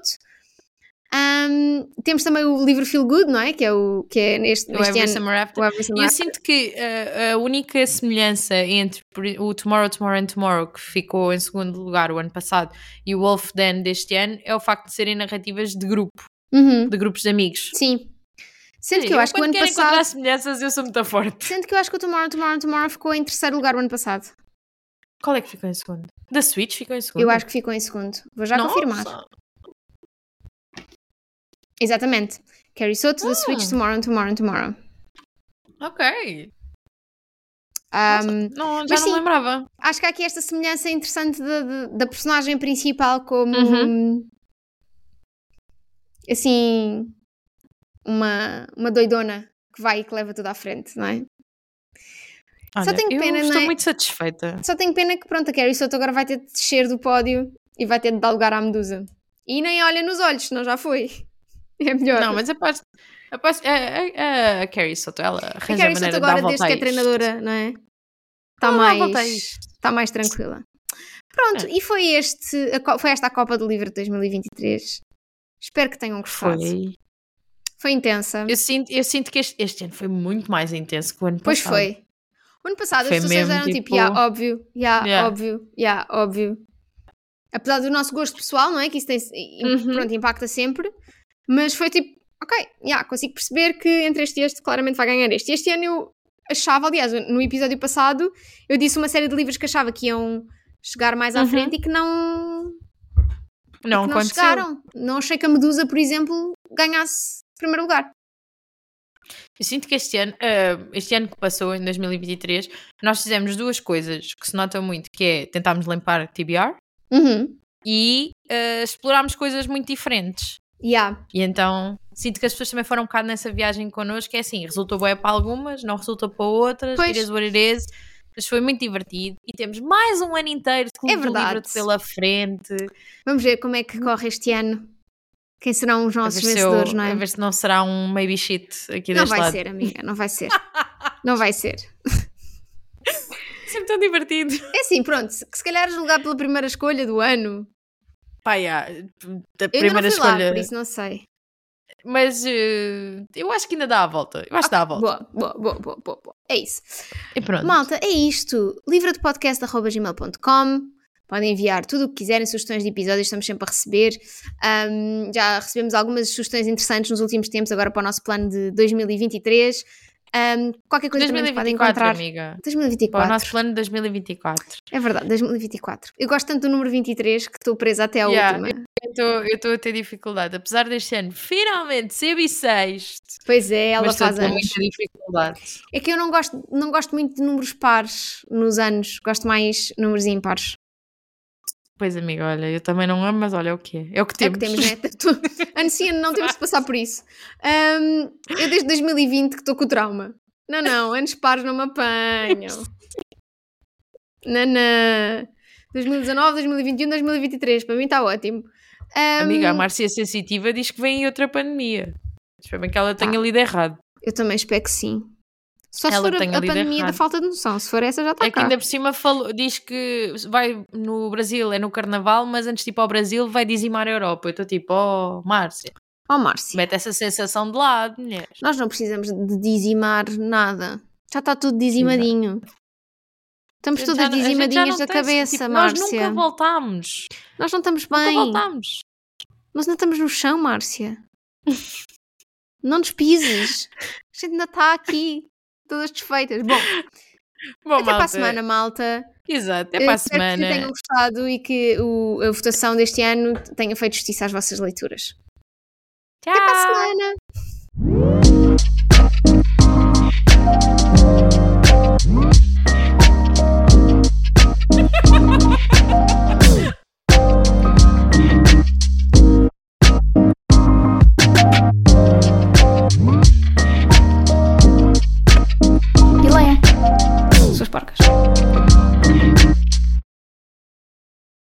[SPEAKER 1] Ahm, temos também o livro Feel Good, não é? Que é, o, que é neste,
[SPEAKER 2] o
[SPEAKER 1] neste
[SPEAKER 2] Every
[SPEAKER 1] ano.
[SPEAKER 2] Summer After.
[SPEAKER 1] o Every
[SPEAKER 2] E eu
[SPEAKER 1] Summer.
[SPEAKER 2] sinto que eh, a única semelhança entre por e- o Tomorrow, Tomorrow and Tomorrow, que ficou em segundo lugar o ano passado, e o Wolf Den deste ano, é o facto de serem narrativas de grupo,
[SPEAKER 1] Uhum,
[SPEAKER 2] de grupos de amigos.
[SPEAKER 1] Sim. Sendo que eu
[SPEAKER 2] Eu,
[SPEAKER 1] acho que o
[SPEAKER 2] quando
[SPEAKER 1] ano
[SPEAKER 2] quero
[SPEAKER 1] passado.
[SPEAKER 2] encontrar semelhanças, eu sou muito forte.
[SPEAKER 1] Sendo que eu acho que o Tomorrow, Tomorrow, Tomorrow ficou em terceiro lugar o ano passado.
[SPEAKER 2] Qual é que ficou em segundo? Da Switch ficou em segundo?
[SPEAKER 1] Eu acho que ficou em segundo. Vou já
[SPEAKER 2] Nossa!
[SPEAKER 1] confirmar. Exatamente. Carrie Soto, The Switch,
[SPEAKER 2] Ah.
[SPEAKER 1] Tomorrow, Tomorrow, Tomorrow.
[SPEAKER 2] Ok.
[SPEAKER 1] Ahm,
[SPEAKER 2] Não, já
[SPEAKER 1] Um, mas
[SPEAKER 2] não
[SPEAKER 1] sim.
[SPEAKER 2] lembrava.
[SPEAKER 1] acho que há aqui esta semelhança interessante da, da- da personagem principal como assim uma, uma doidona que vai e que leva tudo à frente, não é?
[SPEAKER 2] Olha,
[SPEAKER 1] tenho
[SPEAKER 2] eu
[SPEAKER 1] pena, não
[SPEAKER 2] estou
[SPEAKER 1] é?
[SPEAKER 2] muito satisfeita.
[SPEAKER 1] Só tenho pena que pronto, a Carrie Soto agora vai ter de descer do pódio e vai ter de dar lugar à medusa. E nem olha nos olhos, senão já foi. É melhor.
[SPEAKER 2] Não, mas aposto... aposto a, a, a- a Carrie Soto, ela arranja
[SPEAKER 1] a Carrie
[SPEAKER 2] maneira
[SPEAKER 1] Soto
[SPEAKER 2] de dar
[SPEAKER 1] agora,
[SPEAKER 2] volta
[SPEAKER 1] desde que é
[SPEAKER 2] isto.
[SPEAKER 1] treinadora, não é? Está
[SPEAKER 2] Ela dá volta a
[SPEAKER 1] mais...
[SPEAKER 2] isto. É.
[SPEAKER 1] está mais tranquila. Pronto, e foi, este, a co- foi esta a Copa do Livro de 2023. Espero que tenham gostado.
[SPEAKER 2] Foi.
[SPEAKER 1] Foi intensa.
[SPEAKER 2] Eu sinto, eu sinto que este, este ano foi muito mais intenso que o ano
[SPEAKER 1] Pois
[SPEAKER 2] passado.
[SPEAKER 1] foi. O ano passado
[SPEAKER 2] Foi
[SPEAKER 1] as pessoas
[SPEAKER 2] mesmo,
[SPEAKER 1] eram tipo,
[SPEAKER 2] tipo,
[SPEAKER 1] já, óbvio, já,
[SPEAKER 2] yeah.
[SPEAKER 1] óbvio, já, óbvio. Apesar do nosso gosto pessoal, não é? Que isso tem, e-
[SPEAKER 2] Uhum.
[SPEAKER 1] pronto, impacta sempre. Mas foi tipo, ok, já, consigo perceber que entre este e este claramente vai ganhar este. Este ano eu achava, aliás, no episódio passado, eu disse uma série de livros que achava que iam chegar mais à
[SPEAKER 2] Uhum.
[SPEAKER 1] frente e que não,
[SPEAKER 2] Não
[SPEAKER 1] que não
[SPEAKER 2] aconteceu.
[SPEAKER 1] chegaram. Não achei que a Medusa, por exemplo, ganhasse primeiro lugar.
[SPEAKER 2] Eu sinto que este ano, eh, este ano que passou, em 2023, nós fizemos duas coisas que se notam muito, que é tentámos limpar TBR
[SPEAKER 1] Uhum.
[SPEAKER 2] e eh, explorámos coisas muito diferentes.
[SPEAKER 1] Yeah.
[SPEAKER 2] E então sinto que as pessoas também foram um bocado nessa viagem connosco, que é assim, resultou bem para algumas, não resultou para outras,
[SPEAKER 1] Pois.
[SPEAKER 2] it is what it is, mas foi muito divertido e temos mais um ano inteiro de Clube
[SPEAKER 1] É
[SPEAKER 2] do
[SPEAKER 1] verdade.
[SPEAKER 2] Livro pela frente.
[SPEAKER 1] Vamos ver como é que corre este ano. Quem serão os
[SPEAKER 2] A
[SPEAKER 1] nossos
[SPEAKER 2] ver, se eu-
[SPEAKER 1] vencedores, não é?
[SPEAKER 2] a ver se não será um maybe shit aqui
[SPEAKER 1] Não
[SPEAKER 2] deste
[SPEAKER 1] vai
[SPEAKER 2] lado.
[SPEAKER 1] ser, amiga, não vai ser. Não vai ser.
[SPEAKER 2] Sempre tão divertido.
[SPEAKER 1] É assim, pronto, se que se calhar julgar pela primeira escolha do ano.
[SPEAKER 2] Pá, yeah, da
[SPEAKER 1] Eu
[SPEAKER 2] primeira
[SPEAKER 1] ainda não fui
[SPEAKER 2] escolha.
[SPEAKER 1] lá, por isso não sei.
[SPEAKER 2] Mas eh, eu acho que ainda dá a volta. Eu acho que dá a volta.
[SPEAKER 1] Boa, boa, boa, boa, boa, boa. É isso.
[SPEAKER 2] E pronto.
[SPEAKER 1] Malta, é isto. Livra de podcast.gmail.com. Podem enviar tudo o que quiserem, sugestões de episódios, estamos sempre a receber. Ahm, já recebemos algumas sugestões interessantes nos últimos tempos, agora para o nosso plano de 2023. Ahm, qualquer coisa também nos
[SPEAKER 2] 2024,
[SPEAKER 1] podem encontrar.
[SPEAKER 2] amiga. Para
[SPEAKER 1] 2024.
[SPEAKER 2] o nosso plano de 2024.
[SPEAKER 1] É verdade, 2024. Eu gosto tanto do número 23 que estou presa até à
[SPEAKER 2] Yeah.
[SPEAKER 1] última.
[SPEAKER 2] Eu tô- Eu estou a ter dificuldade. Apesar deste ano finalmente ser bissexto,
[SPEAKER 1] Pois é, ela
[SPEAKER 2] mas estou a
[SPEAKER 1] faz
[SPEAKER 2] ter
[SPEAKER 1] anos.
[SPEAKER 2] muita dificuldade.
[SPEAKER 1] É que eu não gosto, não gosto muito de números pares nos anos, gosto mais números ímpares.
[SPEAKER 2] Pois, amiga, olha, eu também não amo, mas olha é o que é. É o que
[SPEAKER 1] É o
[SPEAKER 2] temos.
[SPEAKER 1] que temos, né? Tu- Anunciando, não temos de passar por isso. Ahm, eu desde 2020 que estou com o trauma. Não, não, anos pares não me apanham. Nanã. 2019, 2021, 2023, para mim está ótimo. Ahm,
[SPEAKER 2] Amiga, a Márcia é Sensitiva diz que vem outra pandemia. Espero bem que ela
[SPEAKER 1] Ah.
[SPEAKER 2] tenha lido errado.
[SPEAKER 1] Eu também espero que sim. Só
[SPEAKER 2] Ela
[SPEAKER 1] se for
[SPEAKER 2] tem
[SPEAKER 1] a, a
[SPEAKER 2] lido
[SPEAKER 1] pandemia da
[SPEAKER 2] errado.
[SPEAKER 1] falta de noção. Se for essa, já está
[SPEAKER 2] É que
[SPEAKER 1] cá.
[SPEAKER 2] ainda por cima falou, diz que vai no Brasil, é no Carnaval, mas antes de ir para o Brasil vai dizimar a Europa. Eu estou tipo, oh, Márcia,
[SPEAKER 1] Oh, Márcia,
[SPEAKER 2] mete essa sensação de lado, mulher.
[SPEAKER 1] nós não precisamos de dizimar nada. Já está tudo dizimadinho. Estamos
[SPEAKER 2] A gente já
[SPEAKER 1] todas
[SPEAKER 2] não- a gente já
[SPEAKER 1] dizimadinhas
[SPEAKER 2] não
[SPEAKER 1] da
[SPEAKER 2] tem-
[SPEAKER 1] cabeça,
[SPEAKER 2] tipo,
[SPEAKER 1] Márcia.
[SPEAKER 2] Nós nunca voltámos.
[SPEAKER 1] Nós não estamos
[SPEAKER 2] Nunca
[SPEAKER 1] bem.
[SPEAKER 2] voltámos.
[SPEAKER 1] Nós ainda estamos no chão, Márcia. não nos pises. A gente ainda está aqui. Todas desfeitas. Bom,
[SPEAKER 2] Bom,
[SPEAKER 1] até para a semana, malta.
[SPEAKER 2] Exato, até
[SPEAKER 1] Eu
[SPEAKER 2] para a
[SPEAKER 1] espero que tenham
[SPEAKER 2] semana.
[SPEAKER 1] gostado e que o- a votação deste ano tenha feito justiça às vossas leituras.
[SPEAKER 2] Tchau.
[SPEAKER 1] Até para a semana.